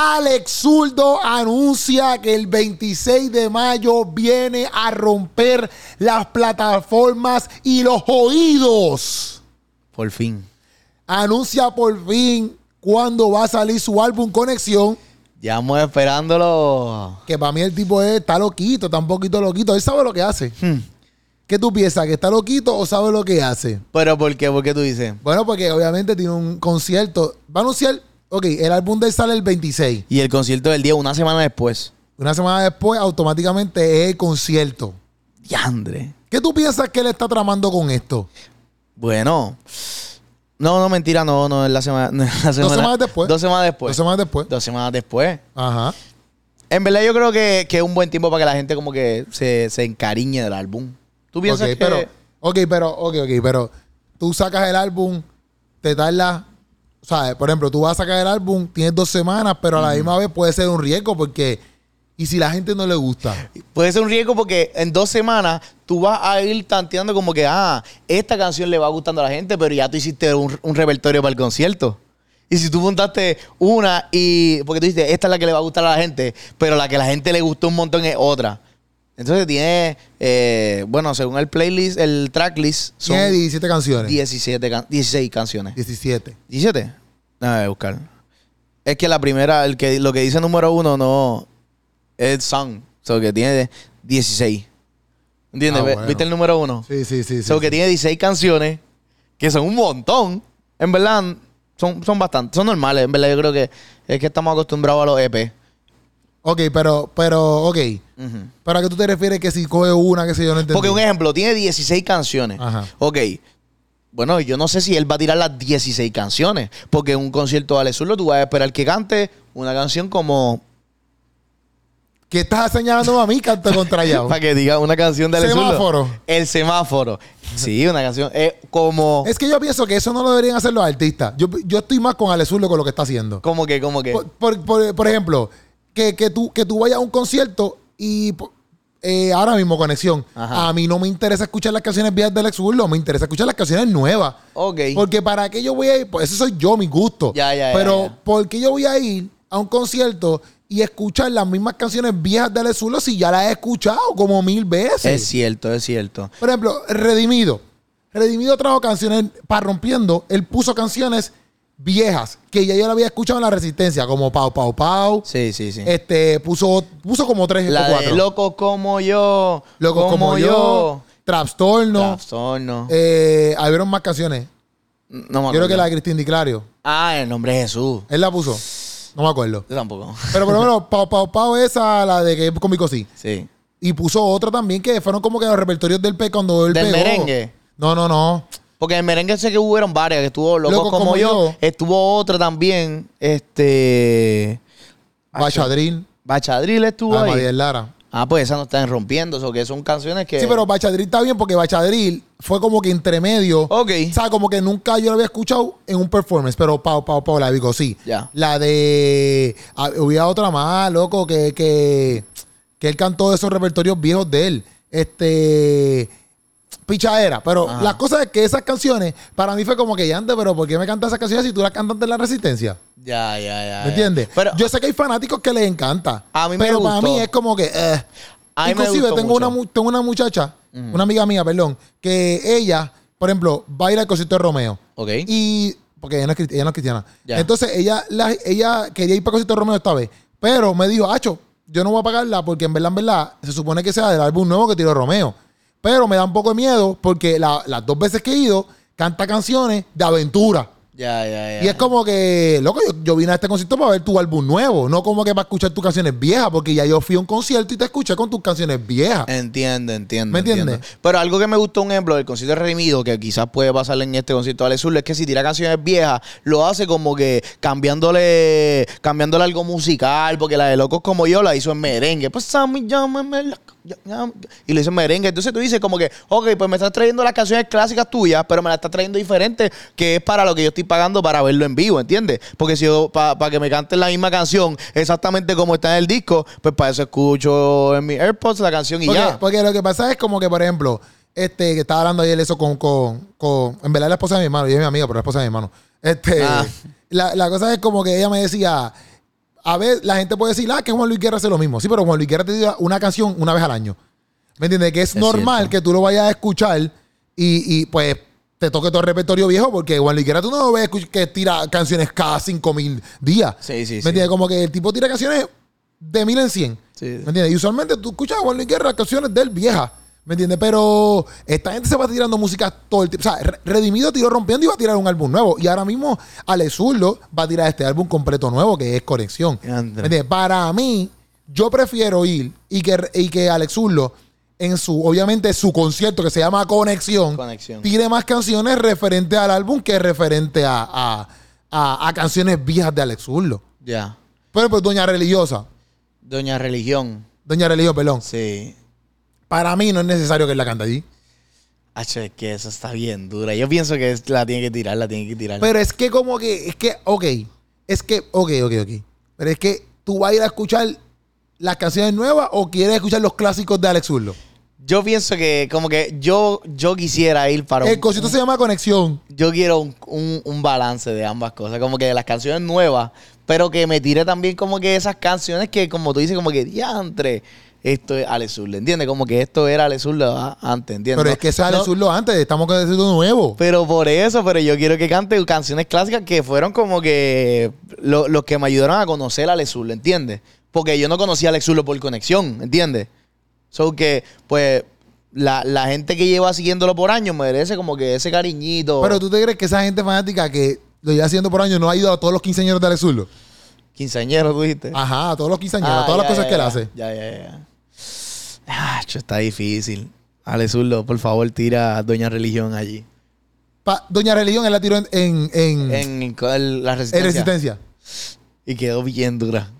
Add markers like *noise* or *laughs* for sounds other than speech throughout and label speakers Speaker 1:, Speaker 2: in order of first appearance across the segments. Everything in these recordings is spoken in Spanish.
Speaker 1: Alex Zurdo anuncia que el 26 de mayo viene a romper las plataformas y los oídos.
Speaker 2: Por fin.
Speaker 1: Anuncia por fin cuándo va a salir su álbum Conexión.
Speaker 2: Llevamos esperándolo.
Speaker 1: Que para mí el tipo es- está loquito, está un poquito loquito. Él sabe lo que hace.
Speaker 2: Hmm.
Speaker 1: ¿Qué tú piensas? ¿Que está loquito o sabe lo que hace?
Speaker 2: ¿Pero por qué? ¿Por qué tú dices?
Speaker 1: Bueno, porque obviamente tiene un concierto. Va a anunciar, ok, el álbum de él sale el 26.
Speaker 2: Y el concierto del día, una semana después.
Speaker 1: Una semana después, automáticamente es el concierto.
Speaker 2: Diandre.
Speaker 1: ¿Qué tú piensas que él está tramando con esto?
Speaker 2: Bueno. No, no, mentira, no, no, es la semana. no, es la semana-
Speaker 1: semanas después.
Speaker 2: Dos semanas después.
Speaker 1: Dos semanas después.
Speaker 2: Pues, Dos semanas después.
Speaker 1: Ajá.
Speaker 2: En verdad, yo creo que, que es un buen tiempo para que la gente como que se, se encariñe del álbum. ¿Tú piensas
Speaker 1: Ok,
Speaker 2: que.?
Speaker 1: pero, ok, pero, ok, ok, pero tú sacas el álbum, te tardas, ¿sabes? Por ejemplo, tú vas a sacar el álbum, tienes dos semanas, pero a la misma vez puede ser un riesgo porque, ¿y si la gente no le gusta?
Speaker 2: Puede ser un riesgo porque en dos semanas tú vas a ir tanteando como que, ah, esta canción le va gustando a la gente, pero ya tú hiciste un, un repertorio para el concierto. Y si tú montaste una y. Porque tú dijiste, esta es la que le va a gustar a la gente, pero la que a la gente le gustó un montón es otra. Entonces tiene, eh, bueno, según el playlist, el tracklist, son
Speaker 1: Tiene 17 canciones.
Speaker 2: 17 can- 16 canciones.
Speaker 1: 17.
Speaker 2: 17. A ver, buscar. Es que la primera, el que, lo que dice número uno no es Sun. So que tiene 16. ¿Entiendes?
Speaker 1: Ah,
Speaker 2: Ve-
Speaker 1: bueno.
Speaker 2: ¿Viste el número uno?
Speaker 1: Sí, sí, sí. sí,
Speaker 2: so que
Speaker 1: sí.
Speaker 2: tiene 16 canciones, que son un montón. En verdad, son, son bastantes. Son normales. En verdad, yo creo que es que estamos acostumbrados a los E EP.
Speaker 1: Ok, pero, pero, ok.
Speaker 2: Ujú.
Speaker 1: ¿Para qué tú te refieres que si coge una, que sé yo, no entendí?
Speaker 2: Porque un ejemplo, tiene 16 canciones.
Speaker 1: Ajá.
Speaker 2: Ok. Bueno, yo no sé si él va a tirar las 16 canciones. Porque en un concierto de Ale Zurdo tú vas a esperar que cante una canción como
Speaker 1: ¿Qué estás señalando a mí, canto
Speaker 2: *laughs*
Speaker 1: contra Yao?
Speaker 2: Para que diga una canción de Ale Zurdo.
Speaker 1: Semáforo.
Speaker 2: El semáforo. Sí, una canción. Es como.
Speaker 1: Es que yo pienso que eso no lo deberían hacer los artistas. Yo, yo estoy más con Ale Zurdo con lo que está haciendo.
Speaker 2: Como que, como que.
Speaker 1: Por, por- por- por ejemplo, que, que tú, que tú vayas a un concierto y po- eh, ahora mismo conexión.
Speaker 2: Ajá.
Speaker 1: A mí no me interesa escuchar las canciones viejas de Alex Zurdo, me interesa escuchar las canciones nuevas.
Speaker 2: Ok.
Speaker 1: Porque para qué yo voy a ir, pues eso soy yo, mi gusto.
Speaker 2: Ya, ya, ya,
Speaker 1: Pero
Speaker 2: ya.
Speaker 1: ¿por qué yo voy a ir a un concierto y escuchar las mismas canciones viejas de Alex Zurdo si ya las he escuchado como mil veces?
Speaker 2: Es cierto, es cierto.
Speaker 1: Por ejemplo, Redimido. Redimido trajo canciones para rompiendo. Él puso canciones viejas que ya yo la había escuchado en la Resistencia, como Pau Pau Pau.
Speaker 2: Sí, sí, sí.
Speaker 1: Este puso, puso como tres o
Speaker 2: la de
Speaker 1: cuatro.
Speaker 2: Locos como yo.
Speaker 1: Locos como, yo. Trastorno.
Speaker 2: Trastorno.
Speaker 1: eh, habieron más canciones.
Speaker 2: no me
Speaker 1: Yo
Speaker 2: acuerdo.
Speaker 1: creo que la de Cristín Di Clario.
Speaker 2: Ah, el nombre de Jesús.
Speaker 1: Él la puso. No me acuerdo.
Speaker 2: Yo tampoco. *laughs*
Speaker 1: Pero por lo menos Pau Pau Pau esa, la de que es cómico sí.
Speaker 2: Sí.
Speaker 1: Y puso otra también que fueron como que los repertorios del P cuando él
Speaker 2: ¿Del
Speaker 1: pegó.
Speaker 2: merengue?
Speaker 1: No, no, no.
Speaker 2: Porque en merengue sé que hubieron varias, que estuvo Locos
Speaker 1: Locos
Speaker 2: como,
Speaker 1: como
Speaker 2: yo.
Speaker 1: yo.
Speaker 2: Estuvo otra también. Este.
Speaker 1: Bachadril.
Speaker 2: Bachadril estuvo
Speaker 1: Alma
Speaker 2: ahí.
Speaker 1: Díaz Lara.
Speaker 2: Ah, pues esas no están rompiendo, o que son canciones que.
Speaker 1: Sí, pero Bachadril está bien porque Bachadril fue como que entre medio.
Speaker 2: Ok.
Speaker 1: O sea, como que nunca yo lo había escuchado en un performance, pero Pau, Pau, Pau, la digo, sí.
Speaker 2: Ya.
Speaker 1: La de. ah, Hubiera otra más, loco, que, que. que él cantó de esos repertorios viejos de él. Este. Pichadera. Pero
Speaker 2: Ajá.
Speaker 1: la cosa es que esas canciones, para mí fue como que ya antes, pero ¿por qué me cantas esas canciones si tú las cantas de la Resistencia?
Speaker 2: Ya, ya, ya.
Speaker 1: ¿Me
Speaker 2: ya.
Speaker 1: entiendes?
Speaker 2: Pero
Speaker 1: yo sé que hay fanáticos que les encanta.
Speaker 2: A mí me
Speaker 1: pero para
Speaker 2: gustó.
Speaker 1: mí es como que. eh.
Speaker 2: A mí me
Speaker 1: Inclusive
Speaker 2: gustó
Speaker 1: tengo,
Speaker 2: mucho.
Speaker 1: Una, mu- tengo una muchacha, una amiga mía, perdón, que ella, por ejemplo, baila el concierto de Romeo.
Speaker 2: Ok.
Speaker 1: Y. Porque ella no es, cristi- ella no es cristiana.
Speaker 2: Ya.
Speaker 1: Entonces ella, la- ella quería ir para el concierto de Romeo esta vez. Pero me dijo, Acho, yo no voy a pagarla porque en verdad, en verdad, se supone que sea del álbum nuevo que tiró Romeo. Pero me da un poco de miedo porque la- las dos veces que he ido, canta canciones de aventura.
Speaker 2: ya, ya, ya.
Speaker 1: Y es como que, loco, yo, yo vine a este concierto para ver tu álbum nuevo, no como que para escuchar tus canciones viejas, porque ya yo fui a un concierto y te escuché con tus canciones viejas.
Speaker 2: Entiendo, entiendo.
Speaker 1: ¿Me
Speaker 2: entiendo.
Speaker 1: entiendes?
Speaker 2: Pero algo que me gustó, un ejemplo del concierto de Redimido, que quizás puede pasarle en este concierto de Ale Sur, es que si tira canciones viejas, lo hace como que cambiándole cambiándole algo musical, porque la de Locos como yo la hizo en merengue. Pues a mí llámame loco, llámame. Y lo hizo en merengue. Entonces tú dices como que, ok, pues me estás trayendo las canciones clásicas tuyas, pero me las estás trayendo diferente, que es para lo que yo estoy pagando para verlo en vivo, ¿entiendes? Porque si yo, para que me canten la misma canción exactamente como está en el disco, pues para eso escucho en mi AirPods la canción y
Speaker 1: Porque,
Speaker 2: ya.
Speaker 1: porque lo que pasa es como que, por ejemplo, este, que estaba hablando ayer eso con, con, con- en verdad la esposa de mi hermano, yo es mi amiga, pero la esposa de mi hermano. Este,
Speaker 2: Ah.
Speaker 1: la, la cosa es como que ella me decía, a ver, la gente puede decir, ah, que Juan Luis Guerra hace lo mismo. Sí, pero Juan Luis Guerra te tira una canción una vez al año. ¿Me entiendes? Que es,
Speaker 2: Es
Speaker 1: normal
Speaker 2: cierto.
Speaker 1: que tú lo vayas a escuchar y, y, pues te toque todo el repertorio viejo, porque Juan Luis Guerra tú no lo ves escuch- que tira canciones cada 5000 días.
Speaker 2: Sí, sí,
Speaker 1: ¿Me
Speaker 2: sí.
Speaker 1: entiendes? Como que el tipo tira canciones de mil en cien.
Speaker 2: Sí.
Speaker 1: ¿Me entiendes? Y usualmente tú escuchas a Juan Luis Guerra canciones de él vieja. ¿Me entiendes? Pero esta gente se va tirando música todo el tiempo. O sea, Re- Redimido tiró rompiendo y va a tirar un álbum nuevo. Y ahora mismo Ale Zurdo va a tirar este álbum completo nuevo que es Conexión.
Speaker 2: Andra.
Speaker 1: ¿Me entiendes? Para mí, yo prefiero ir y que, y que Alex Zurdo en su, obviamente, su concierto que se llama Conexión,
Speaker 2: Conexión.
Speaker 1: tire más canciones referente al álbum que referente a, a- a- a canciones viejas de Alex Zurdo.
Speaker 2: Ya.
Speaker 1: Pero pues Doña Religiosa,
Speaker 2: Doña Religión.
Speaker 1: Doña Religiosa, perdón.
Speaker 2: Sí.
Speaker 1: Para mí no es necesario que él la cante allí.
Speaker 2: H, es que esa está bien dura. Yo pienso que es- la tiene que tirar, la tiene que tirar.
Speaker 1: Pero es que como que, es que, ok, es que, ok, ok, ok. Pero es que tú vas a ir a escuchar las canciones nuevas o quieres escuchar los clásicos de Alex Urlo.
Speaker 2: yo pienso que como que yo, yo quisiera ir para
Speaker 1: El cosito se llama Conexión.
Speaker 2: Yo quiero un, un- un balance de ambas cosas, como que de las canciones nuevas, pero que me tire también como que esas canciones que, como tú dices, como que diantre, esto es Ale Zurdo, ¿entiendes? Como que esto era Ale Zurdo ah, antes, ¿entiendes?
Speaker 1: Pero es que ese es Alex
Speaker 2: No,
Speaker 1: Urlo antes, estamos con el nuevo.
Speaker 2: Pero por eso, pero yo quiero que cante canciones clásicas que fueron como que lo- los que me ayudaron a conocer a Ale Zurdo, ¿entiendes? Porque yo no conocía a Ale Zurdo por conexión, ¿entiendes? So que, pues, la, la gente que lleva siguiéndolo por años merece como que ese cariñito.
Speaker 1: Pero tú te crees que esa gente fanática que lo lleva haciendo por años no ha ido a todos los quinceañeros de Alex Urlo.
Speaker 2: Quinceañero, tú dijiste.
Speaker 1: Ajá, a todos los quinceañeros,
Speaker 2: Ah,
Speaker 1: a todas las
Speaker 2: ya,
Speaker 1: cosas
Speaker 2: ya,
Speaker 1: que él
Speaker 2: ya.
Speaker 1: hace.
Speaker 2: Ya, ya, ya. Ah, cho, está difícil. Ale Zurdo, por favor, tira a Doña Religión allí.
Speaker 1: Pa- Doña Religión él la tiró en, en, en-
Speaker 2: En el- el- la
Speaker 1: en
Speaker 2: resistencia.
Speaker 1: Resistencia.
Speaker 2: Y quedó bien dura.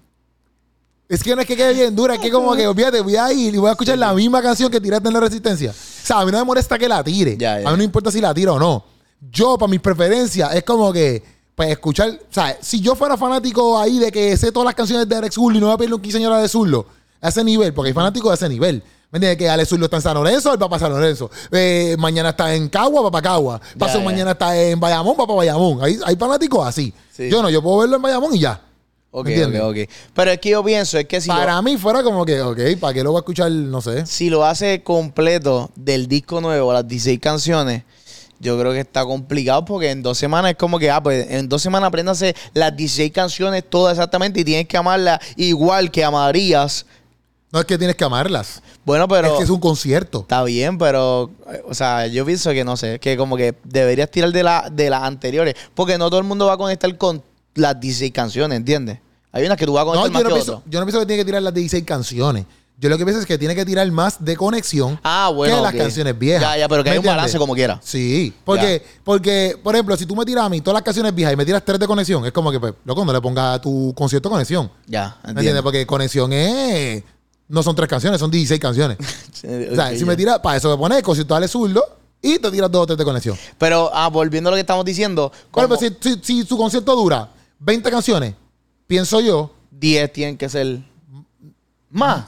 Speaker 1: Es que no es que quede bien dura, es que como que, olvídate, voy a ir y voy a escuchar la misma canción que tiraste en la resistencia. O sea, a mí no me molesta que la tire.
Speaker 2: Ya, ya.
Speaker 1: A mí no importa si la tiro o no. Yo, para mis preferencias, es como que, pues, escuchar, o sea, si yo fuera fanático ahí de que sé todas las canciones de Alex Urlo y no voy a pedirle un quinceañero a Alex Urlo, a ese nivel, porque hay fanáticos de ese nivel. ¿Me entiendes? Que Alex Urlo está en San Lorenzo, él va para San Lorenzo. Eh, mañana está en Cagua, va para Cagua. Paso
Speaker 2: ya.
Speaker 1: mañana está en Bayamón, va para Bayamón. Hay, hay fanáticos así.
Speaker 2: Sí.
Speaker 1: Yo no, yo puedo verlo en Bayamón y ya.
Speaker 2: Ok,
Speaker 1: ¿Entiendes?
Speaker 2: ok, ok. Pero es que yo pienso, es que si,
Speaker 1: Para
Speaker 2: lo,
Speaker 1: mí fuera como que, ok, ¿para qué lo voy a escuchar? No sé.
Speaker 2: si lo hace completo del disco nuevo, las 16 canciones, yo creo que está complicado porque en dos semanas es como que, ah, pues en dos semanas apréndase las 16 canciones todas exactamente y tienes que amarlas igual que amarías.
Speaker 1: No es que tienes que amarlas.
Speaker 2: Bueno, pero...
Speaker 1: es que es un concierto.
Speaker 2: Está bien, pero, eh, o sea, yo pienso que no sé, que como que deberías tirar de, la, de las anteriores, porque no todo el mundo va a conectar con las 16 canciones, ¿entiendes? Hay unas que tú vas a
Speaker 1: No,
Speaker 2: conectar
Speaker 1: yo
Speaker 2: más
Speaker 1: no,
Speaker 2: que
Speaker 1: pienso,
Speaker 2: otras.
Speaker 1: yo no pienso que tiene que tirar las 16 canciones. Yo lo que pienso es que tiene que tirar más de conexión
Speaker 2: Ah, bueno.
Speaker 1: que las
Speaker 2: ok.
Speaker 1: canciones viejas.
Speaker 2: Ya, ya, pero que
Speaker 1: ¿Me
Speaker 2: hay un
Speaker 1: entiendes?
Speaker 2: balance como quiera.
Speaker 1: Sí, porque, porque, por ejemplo, si tú me tiras a mí todas las canciones viejas y me tiras tres de conexión, es como que, pues, loco, no le pongas a tu concierto conexión. ¿Me
Speaker 2: Ya,
Speaker 1: entiendes?
Speaker 2: entiendo.
Speaker 1: Porque conexión es. No son tres canciones, son 16
Speaker 2: *laughs*
Speaker 1: canciones. o sea,
Speaker 2: Ok,
Speaker 1: si
Speaker 2: ya.
Speaker 1: me tiras, para eso me pones el concierto dale zurdo y te tiras dos o tres de conexión.
Speaker 2: Pero, ah, volviendo a lo que estamos diciendo,
Speaker 1: Bueno,
Speaker 2: como
Speaker 1: pues si, si, si su concierto dura 20 canciones, pienso yo,
Speaker 2: 10 tienen que ser más.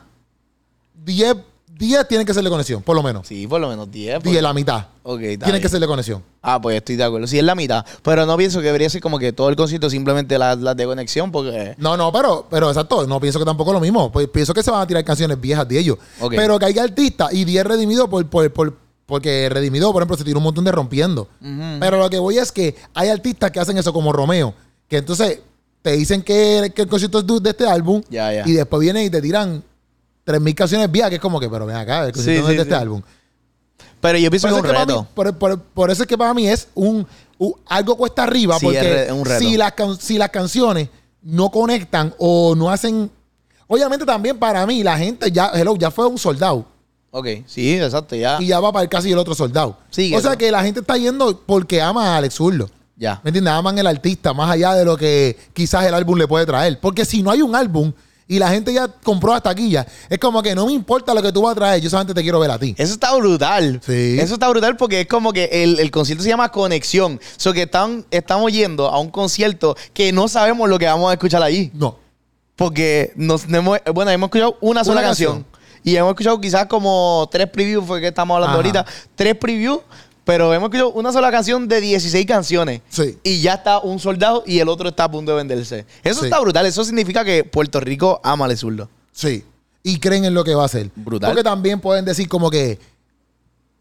Speaker 1: 10, 10 tienen que ser de conexión, por lo menos.
Speaker 2: Sí, por lo menos 10. porque-
Speaker 1: 10, la mitad.
Speaker 2: Ok, está
Speaker 1: Tienen que
Speaker 2: bien.
Speaker 1: ser de conexión.
Speaker 2: Ah, pues estoy de acuerdo. Sí, es la mitad. Pero no pienso que debería ser como que todo el concierto simplemente las las de conexión, porque...
Speaker 1: No, no, pero, pero exacto, no pienso que tampoco es lo mismo. Pues pienso que se van a tirar canciones viejas de ellos.
Speaker 2: Ok.
Speaker 1: Pero que haya artistas y 10 redimidos por, por, por- porque redimido, por ejemplo, se tiró un montón de rompiendo. Pero lo que voy es que hay artistas que hacen eso como Romeo, que entonces te dicen que, que el concierto es du- de este álbum
Speaker 2: Ya, ya.
Speaker 1: y después vienen y te tiran 3.000 canciones viejas, que es como que, pero ven acá, el concierto
Speaker 2: Sí,
Speaker 1: no es
Speaker 2: sí,
Speaker 1: de este
Speaker 2: sí.
Speaker 1: álbum.
Speaker 2: Pero yo pienso
Speaker 1: Por eso, Pues es
Speaker 2: que es un
Speaker 1: que para mí,
Speaker 2: reto.
Speaker 1: por, por- por eso es que para mí es un, un- algo cuesta arriba
Speaker 2: Sí, es
Speaker 1: porque
Speaker 2: re- un reto.
Speaker 1: Si, las, can- si las canciones no conectan o no hacen obviamente también para mí la gente ya hello ya fue un soldado
Speaker 2: Ok, sí, exacto, ya.
Speaker 1: y ya va para el casi el otro soldado
Speaker 2: Ah. Sí,
Speaker 1: o
Speaker 2: eso.
Speaker 1: sea que la gente está yendo porque ama a Alex Zurdo
Speaker 2: Ya.
Speaker 1: ¿me entiendes? aman el artista más allá de lo que quizás el álbum le puede traer porque si no hay un álbum y la gente ya compró hasta aquí ya es como que no me importa lo que tú vas a traer yo solamente te quiero ver a ti
Speaker 2: Eso está brutal.
Speaker 1: Sí.
Speaker 2: Eso está brutal porque es como que el, el concierto se llama Conexión. O so que están, estamos yendo a un concierto que no sabemos lo que vamos a escuchar allí.
Speaker 1: no
Speaker 2: Porque nos, no hemos, bueno, hemos escuchado una sola
Speaker 1: Una
Speaker 2: canción.
Speaker 1: canción.
Speaker 2: Y hemos escuchado quizás como tres previews, fue que estamos hablando
Speaker 1: Ajá.
Speaker 2: ahorita. Tres previews Pero hemos escuchado una sola canción de 16 canciones.
Speaker 1: Sí.
Speaker 2: Y ya está un soldado y el otro está a punto de venderse. Eso
Speaker 1: Sí.
Speaker 2: está brutal. Eso significa que Puerto Rico ama al zurdo.
Speaker 1: Sí. Y creen en lo que va a hacer.
Speaker 2: Brutal.
Speaker 1: Porque también pueden decir como que.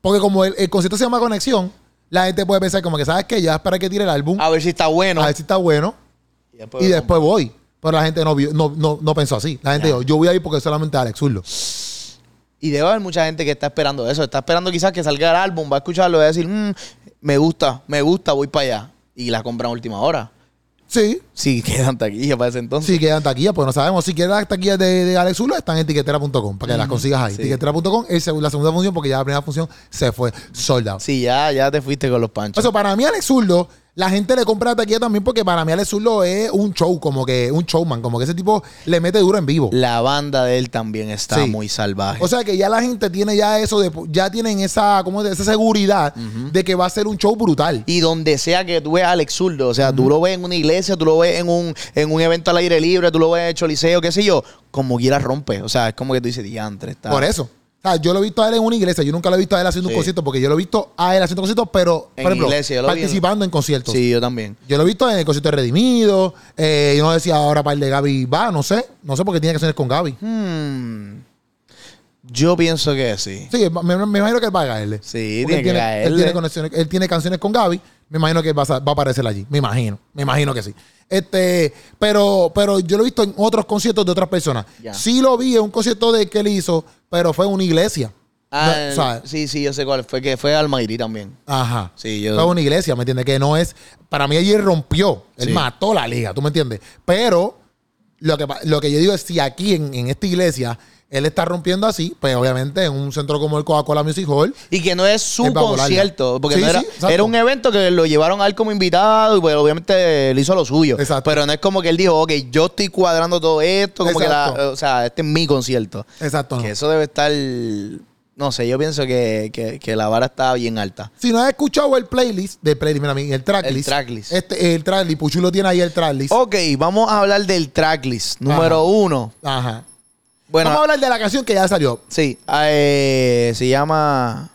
Speaker 1: Porque como el, el concierto se llama Conexión, la gente puede pensar como que, ¿sabes qué? Ya para que tire el álbum, a,
Speaker 2: A ver si está bueno.
Speaker 1: ver si está bueno,
Speaker 2: Y
Speaker 1: y
Speaker 2: vemos.
Speaker 1: después voy. Pero la gente no, vio- no, no, no pensó así. La gente dijo, yo voy a ir porque solamente Alex Zurdo.
Speaker 2: Y debe haber mucha gente que está esperando eso. Está esperando quizás que salga el álbum, va a escucharlo y va a decir, "Mm, me gusta, me gusta, voy para allá. Y la compran a última hora.
Speaker 1: Sí.
Speaker 2: Sí, *laughs* quedan taquillas para ese entonces.
Speaker 1: Si quedan taquillas, pues no sabemos. Si quedan taquillas de, de Alex Zurdo, están en tiquetera.com para que las consigas ahí.
Speaker 2: sí.
Speaker 1: Tiquetera.com es la segunda función porque ya la primera función se fue sold out.
Speaker 2: Sí, ya, ya te fuiste con los panchos.
Speaker 1: Eso, para mí, Alex Zurdo, la gente le compra la taquilla también porque para mí Alex Zurdo es un show, como que un showman, como que ese tipo le mete duro en vivo.
Speaker 2: La banda de él también está
Speaker 1: Sí.
Speaker 2: muy salvaje.
Speaker 1: O sea que ya la gente tiene ya eso, de, ya tienen esa, como esa seguridad de que va a ser un show brutal.
Speaker 2: y donde sea que tú veas a Alex Zurdo, o sea, tú lo ves en una iglesia, tú lo ves en un, en un evento al aire libre, tú lo ves en el choliseo, qué sé yo, como quiera rompe. O sea, es como que tú dices, diantre, está.
Speaker 1: Por eso. O sea, yo lo he visto a él en una iglesia, yo nunca lo he visto a él haciendo
Speaker 2: Sí.
Speaker 1: un concierto, porque yo lo he visto a él haciendo conciertos, pero
Speaker 2: En
Speaker 1: por ejemplo,
Speaker 2: iglesia, yo lo vi en-
Speaker 1: participando en conciertos.
Speaker 2: Sí, yo también.
Speaker 1: Yo lo he visto en el concierto de Redimido, eh, yo no decía ahora para el de Gaby va, no sé, no sé por qué tiene canciones con Gaby.
Speaker 2: Hmm. Yo pienso que sí.
Speaker 1: Sí, me, me imagino que él va a caerle.
Speaker 2: Sí,
Speaker 1: Porque él
Speaker 2: tiene que
Speaker 1: tiene, Él
Speaker 2: caerle.
Speaker 1: tiene, conexiones- él tiene canciones con Gaby. Me imagino que va a, va a aparecer allí. Me imagino. Me imagino que sí. Este, pero, pero yo lo he visto en otros conciertos de otras personas.
Speaker 2: Ya.
Speaker 1: Sí lo vi en un concierto de que él hizo, pero fue en una iglesia.
Speaker 2: Ah,
Speaker 1: No, o sea,
Speaker 2: sí, sí, yo sé cuál. Fue que fue Almairi también.
Speaker 1: Ajá.
Speaker 2: Sí, yo-
Speaker 1: Fue una iglesia, ¿me entiendes? Que no es. Para mí allí rompió. Él
Speaker 2: Sí.
Speaker 1: mató la liga, ¿tú me entiendes? Pero lo que, pa- lo que yo digo es si aquí en, en esta iglesia él está rompiendo así, pues obviamente en un centro como el Coca-Cola Music Hall.
Speaker 2: Y que no es su
Speaker 1: Es para volarla.
Speaker 2: concierto. Porque
Speaker 1: Sí,
Speaker 2: no era,
Speaker 1: sí, exacto.
Speaker 2: era un evento que lo llevaron a él como invitado y pues obviamente le hizo lo suyo.
Speaker 1: Exacto.
Speaker 2: Pero no es como que él dijo, ok, yo estoy cuadrando todo esto, como que la,
Speaker 1: Exacto. Ah.
Speaker 2: o sea, este es mi concierto.
Speaker 1: Exacto. no.
Speaker 2: Que eso debe estar, no sé, yo pienso que, que- que la vara está bien alta.
Speaker 1: Si no has escuchado el playlist, del playlist, mira, mi- el tracklist.
Speaker 2: El tracklist.
Speaker 1: Este, el tracklist, Puchulo tiene ahí el tracklist.
Speaker 2: Ok, vamos a hablar del tracklist número
Speaker 1: Ajá.
Speaker 2: uno.
Speaker 1: Ajá.
Speaker 2: Bueno,
Speaker 1: Vamos a hablar de la canción que ya salió.
Speaker 2: sí, eh, se llama...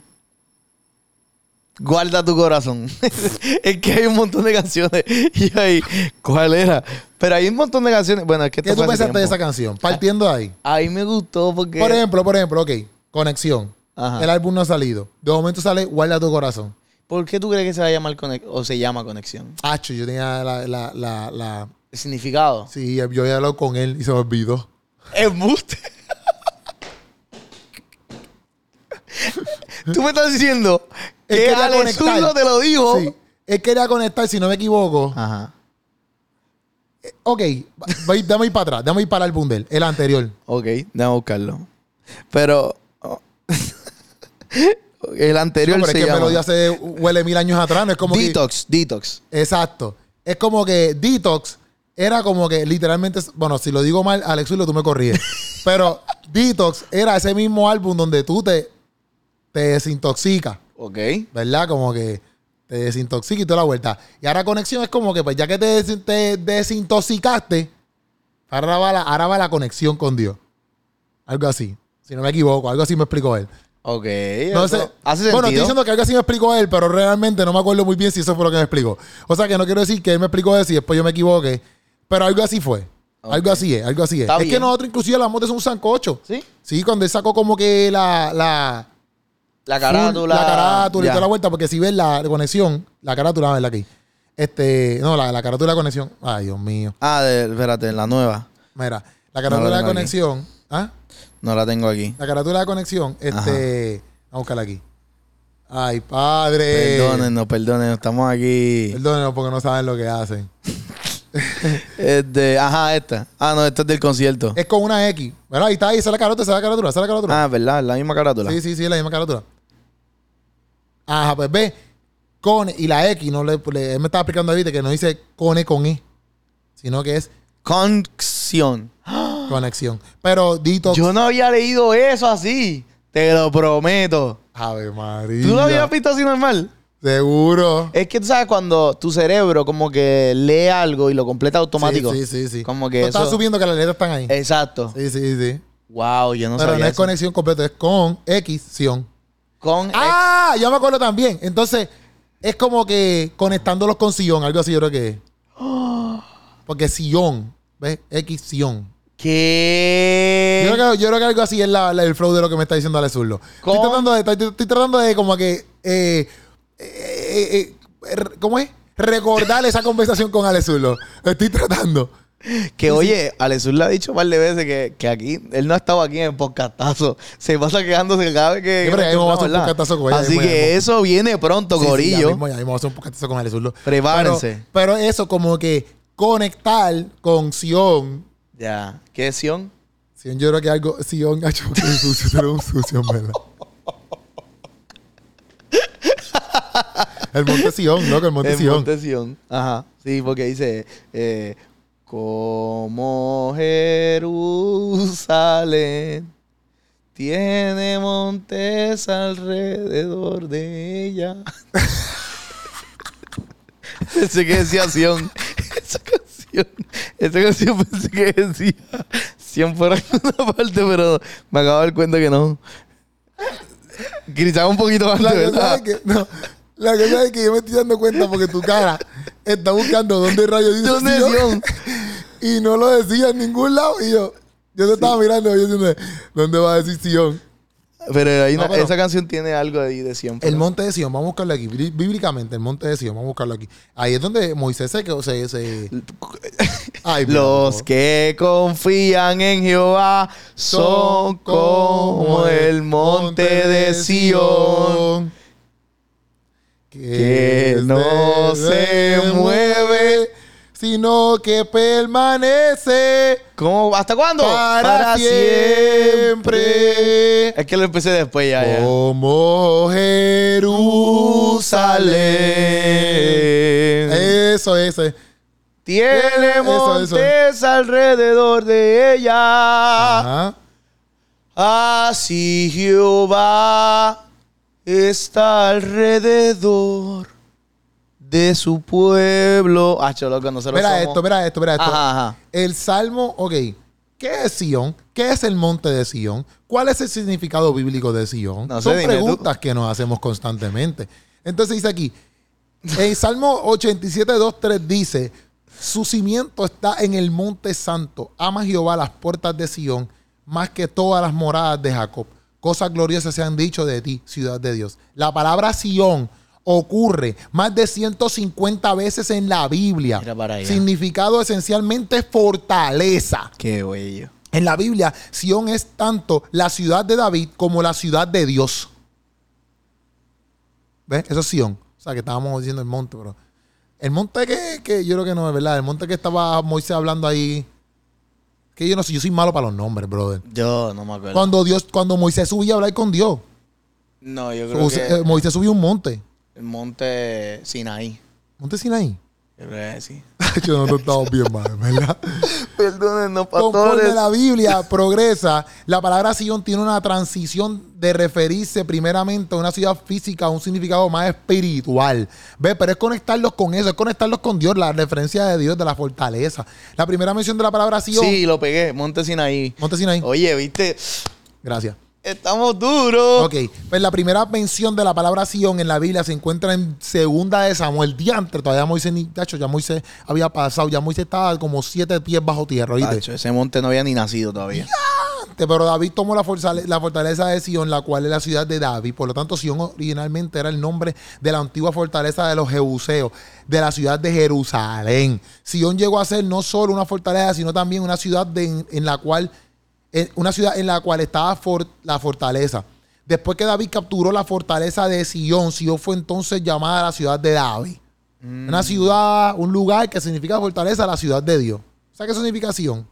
Speaker 2: Guarda tu corazón. *laughs* es que hay un montón de canciones. *laughs* Y ahí, ¿cuál era? Pero hay un montón de canciones. Bueno, es que
Speaker 1: ¿Qué
Speaker 2: esto
Speaker 1: tú
Speaker 2: fue hace
Speaker 1: pensaste de
Speaker 2: tiempo. Ah.
Speaker 1: esa canción? Partiendo de ahí.
Speaker 2: A mí me gustó porque...
Speaker 1: Por ejemplo, por ejemplo, ok. Conexión.
Speaker 2: Ajá.
Speaker 1: El álbum no ha salido. De momento sale Guarda tu corazón.
Speaker 2: ¿Por qué tú crees que se va a llamar conexión? O se llama conexión.
Speaker 1: Hacho, yo tenía la, la, la, la- *laughs*
Speaker 2: ¿El significado?
Speaker 1: Sí, yo había hablado con él y se me olvidó.
Speaker 2: Embuste. *laughs* Tú me estás diciendo
Speaker 1: Él
Speaker 2: que
Speaker 1: quería
Speaker 2: Alex
Speaker 1: conectar.
Speaker 2: Zurdo te lo dijo.
Speaker 1: Sí. Él quería conectar, si no me equivoco.
Speaker 2: Ajá.
Speaker 1: Eh, Ok, va- va- dame ir para atrás, dame ir para el álbum de él, el anterior.
Speaker 2: Ok, déjame buscarlo. Pero oh, *laughs* el anterior
Speaker 1: No, pero es
Speaker 2: se
Speaker 1: que
Speaker 2: llama
Speaker 1: Melodía se huele mil años atrás, no es como que-
Speaker 2: Detox, Detox.
Speaker 1: Exacto. Es como que Detox era como que literalmente, bueno, si lo digo mal, Alex Zurdo, tú me corriges. Pero Detox era ese mismo álbum donde tú te, te desintoxicas,
Speaker 2: Ok.
Speaker 1: ¿verdad? Como que te desintoxicas y toda la vuelta. Y ahora conexión es como que, pues ya que te, des- te desintoxicaste, ahora va, la, ahora va la conexión con Dios. Algo así. Si no me equivoco, algo así me explicó él.
Speaker 2: Ok.
Speaker 1: No
Speaker 2: eso
Speaker 1: sé.
Speaker 2: Hace sentido.
Speaker 1: Bueno, estoy diciendo que algo así me explicó él, pero realmente no me acuerdo muy bien si eso fue lo que me explicó. O sea, que no quiero decir que él me explicó eso y después yo me equivoqué. Pero algo así fue. Algo así es, algo así es.
Speaker 2: Está
Speaker 1: es que
Speaker 2: bien.
Speaker 1: nosotros inclusive hablamos de eso en un sancocho.
Speaker 2: ¿Sí?
Speaker 1: Sí, cuando él sacó como que la... La
Speaker 2: La carátula.
Speaker 1: la carátula y
Speaker 2: Ya.
Speaker 1: toda la vuelta, porque si ves la conexión, la carátula, verla aquí. Este, no, la, la carátula de la conexión. Ay, Dios mío.
Speaker 2: Ah, de- espérate, la nueva.
Speaker 1: Mira, la carátula de la
Speaker 2: tengo aquí.
Speaker 1: conexión. ¿Ah?
Speaker 2: No la tengo aquí.
Speaker 1: La carátula de la conexión. Este, vamos a buscarla aquí. Ay, padre.
Speaker 2: Perdónenos, perdónenos, estamos aquí.
Speaker 1: Perdónenos porque no saben lo que hacen.
Speaker 2: Este, ajá, esta. Ah, no, esta es del concierto.
Speaker 1: Es con una X. Bueno, ahí está, ahí esa es la carátula, esa es la carátula, esa es la carátula.
Speaker 2: Ah, ¿verdad? La misma carátula.
Speaker 1: sí, sí, sí, es la misma carátula. Ajá, pues ve, Cone y la X, no le, le- él me estaba explicando ahorita que no dice Cone con E, sino que es
Speaker 2: Conexión.
Speaker 1: conexión. Pero Dito,
Speaker 2: Yo no había leído eso así. Te lo prometo.
Speaker 1: Ave María.
Speaker 2: ¿Tú lo habías visto así normal?
Speaker 1: Seguro.
Speaker 2: Es que tú sabes cuando tu cerebro como que lee algo y lo completa automático.
Speaker 1: Sí, sí, sí. sí.
Speaker 2: Como que
Speaker 1: No estás
Speaker 2: eso-
Speaker 1: subiendo que las letras están ahí.
Speaker 2: Exacto.
Speaker 1: Sí, sí, sí.
Speaker 2: Wow, yo no
Speaker 1: Pero
Speaker 2: sabía
Speaker 1: no es
Speaker 2: eso.
Speaker 1: conexión completa, es con X, Sion.
Speaker 2: Con
Speaker 1: Ah, ya me acuerdo también. Entonces, es como que conectándolos con Sion, algo así yo creo que es. Porque Sion, ¿ves? X Sion. Yo
Speaker 2: ¿Qué?
Speaker 1: creo, que, yo creo que algo así es la- la- el flow de lo que me está diciendo Ale Zurdo. Estoy
Speaker 2: Con-
Speaker 1: tratando de, estoy, estoy tratando de como que, eh, eh, eh, eh, r- ¿cómo es? Recordar esa conversación con Ale Zurdo. Estoy tratando.
Speaker 2: Que oye, Alessur le ha dicho un par de veces que, que aquí, él no ha estado aquí en el podcastazo. Se pasa quedándose cada vez que.
Speaker 1: Sí, pero ya mismo va a ser un
Speaker 2: ¿verdad?
Speaker 1: podcastazo con ella,
Speaker 2: Así
Speaker 1: mismo, ya
Speaker 2: que
Speaker 1: mismo.
Speaker 2: eso viene pronto,
Speaker 1: Sí, sí,
Speaker 2: Gorillo.
Speaker 1: ya mismo, ya mismo vamos a hacer un poquito con Ale Zurdo.
Speaker 2: Prepárense.
Speaker 1: Pero, pero eso, como que conectar con Sion.
Speaker 2: Ya. ¿Qué es Sion?
Speaker 1: Sion, yo creo que algo. Sion, gacho, que es sucio, tú eres un sucio, en verdad. El monte Sion, loco, el monte
Speaker 2: El
Speaker 1: Sion.
Speaker 2: Monte Sion. Ajá. Sí, porque dice. eh, como Jerusalén tiene montes alrededor de ella. *laughs* pensé que decía Sion. *laughs* Esa canción. Esa canción pensé que decía Sion por alguna parte, pero me acabo de dar cuenta que no. Gritaba un poquito más de
Speaker 1: La cosa,
Speaker 2: verdad.
Speaker 1: es que, no, la cosa es que yo me estoy dando cuenta porque tu cara está buscando dónde rayos dice
Speaker 2: ¿Dónde es
Speaker 1: Sion,
Speaker 2: Sion?
Speaker 1: *laughs* y no lo decía en ningún lado. Y yo, yo te estaba mirando, yo diciendo, ¿dónde va a decir Sion?
Speaker 2: Pero hay
Speaker 1: No,
Speaker 2: una-
Speaker 1: pero-
Speaker 2: esa canción tiene algo ahí de siempre.
Speaker 1: El monte de Sion, vamos a buscarlo aquí. bí- Bíblicamente, el monte de Sion, vamos a buscarlo aquí. Ahí es donde Moisés se quedó. Se, se- Ay, mira,
Speaker 2: Los
Speaker 1: no.
Speaker 2: que confían en Jehová son como el monte de Sion que no se mueve,
Speaker 1: sino que permanece
Speaker 2: ¿Cómo? ¿Hasta cuándo?
Speaker 1: para, siempre.
Speaker 2: Es que lo empecé después ya. ya.
Speaker 1: Como Jerusalén. Eso, eso. es.
Speaker 2: Tiene
Speaker 1: Eso, eso.
Speaker 2: montes alrededor de ella.
Speaker 1: Ajá.
Speaker 2: Así Jehová está alrededor de su pueblo. Ah, choloco, nosotros
Speaker 1: Mira
Speaker 2: somos-
Speaker 1: esto, mira esto, mira esto.
Speaker 2: Ajá, ajá.
Speaker 1: El Salmo, ok. ¿Qué es Sion? ¿Qué es el monte de Sion? ¿Cuál es el significado bíblico de Sion?
Speaker 2: No sé,
Speaker 1: Son
Speaker 2: dime tú.
Speaker 1: preguntas que nos hacemos constantemente. Entonces dice aquí, el Salmo 87, 2, 3 dice, su cimiento está en el monte santo. Ama Jehová las puertas de Sion más que todas las moradas de Jacob. Cosas gloriosas se han dicho de ti, ciudad de Dios. La palabra Sion ocurre más de 150 veces en la Biblia.
Speaker 2: Mira para allá.
Speaker 1: Significado esencialmente fortaleza.
Speaker 2: Qué bello.
Speaker 1: En la Biblia, Sion es tanto la ciudad de David como la ciudad de Dios. ¿Ves? Eso es Sion. O sea, que estábamos diciendo el monte, pero. El monte que, que yo creo que no es verdad. El monte que estaba Moisés hablando ahí. Que yo no sé, yo soy malo para los nombres, brother.
Speaker 2: Yo no me acuerdo.
Speaker 1: Cuando Dios, cuando Moisés subía a hablar con Dios,
Speaker 2: No, yo creo
Speaker 1: Moisés, eh,
Speaker 2: que
Speaker 1: Moisés subió un monte.
Speaker 2: el monte Sinaí.
Speaker 1: ¿Monte Sinaí? *laughs*
Speaker 2: Yo creo que *laughs* sí.
Speaker 1: yo no estaba bien mal, ¿verdad?
Speaker 2: Perdónennos,
Speaker 1: Conforme
Speaker 2: pastores.
Speaker 1: la Biblia *laughs* progresa, la palabra Sion tiene una transición de referirse primeramente a una ciudad física, a un significado más espiritual. ¿Ves? Pero es conectarlos con eso, es conectarlos con Dios, la referencia de Dios, de la fortaleza. La primera mención de la palabra Sion.
Speaker 2: Sí, Oh. lo pegué, monte Sinaí.
Speaker 1: Monte Sinaí.
Speaker 2: Oye, viste,
Speaker 1: Gracias.
Speaker 2: estamos duros.
Speaker 1: Ok, pues la primera mención de la palabra Sion en la Biblia se encuentra en segunda de Samuel, diantre. Todavía Moisés, ni, de hecho, ya Moisés había pasado, ya Moisés estaba como siete pies bajo tierra, ¿oíste?
Speaker 2: Tacho, ese monte no había ni nacido todavía.
Speaker 1: Este, pero David tomó la, forzale- la fortaleza de Sion, la cual es la ciudad de David. Por lo tanto, Sion originalmente era el nombre de la antigua fortaleza de los Jebuseos, de la ciudad de Jerusalén. Sion llegó a ser no solo una fortaleza, sino también una ciudad de- en, en la cual en- una ciudad en la cual estaba for- la fortaleza. Después que David capturó la fortaleza de Sion, Sion fue entonces llamada la ciudad de David. Una ciudad, un lugar que significa fortaleza, la ciudad de Dios. ¿Sabes qué significa Sion?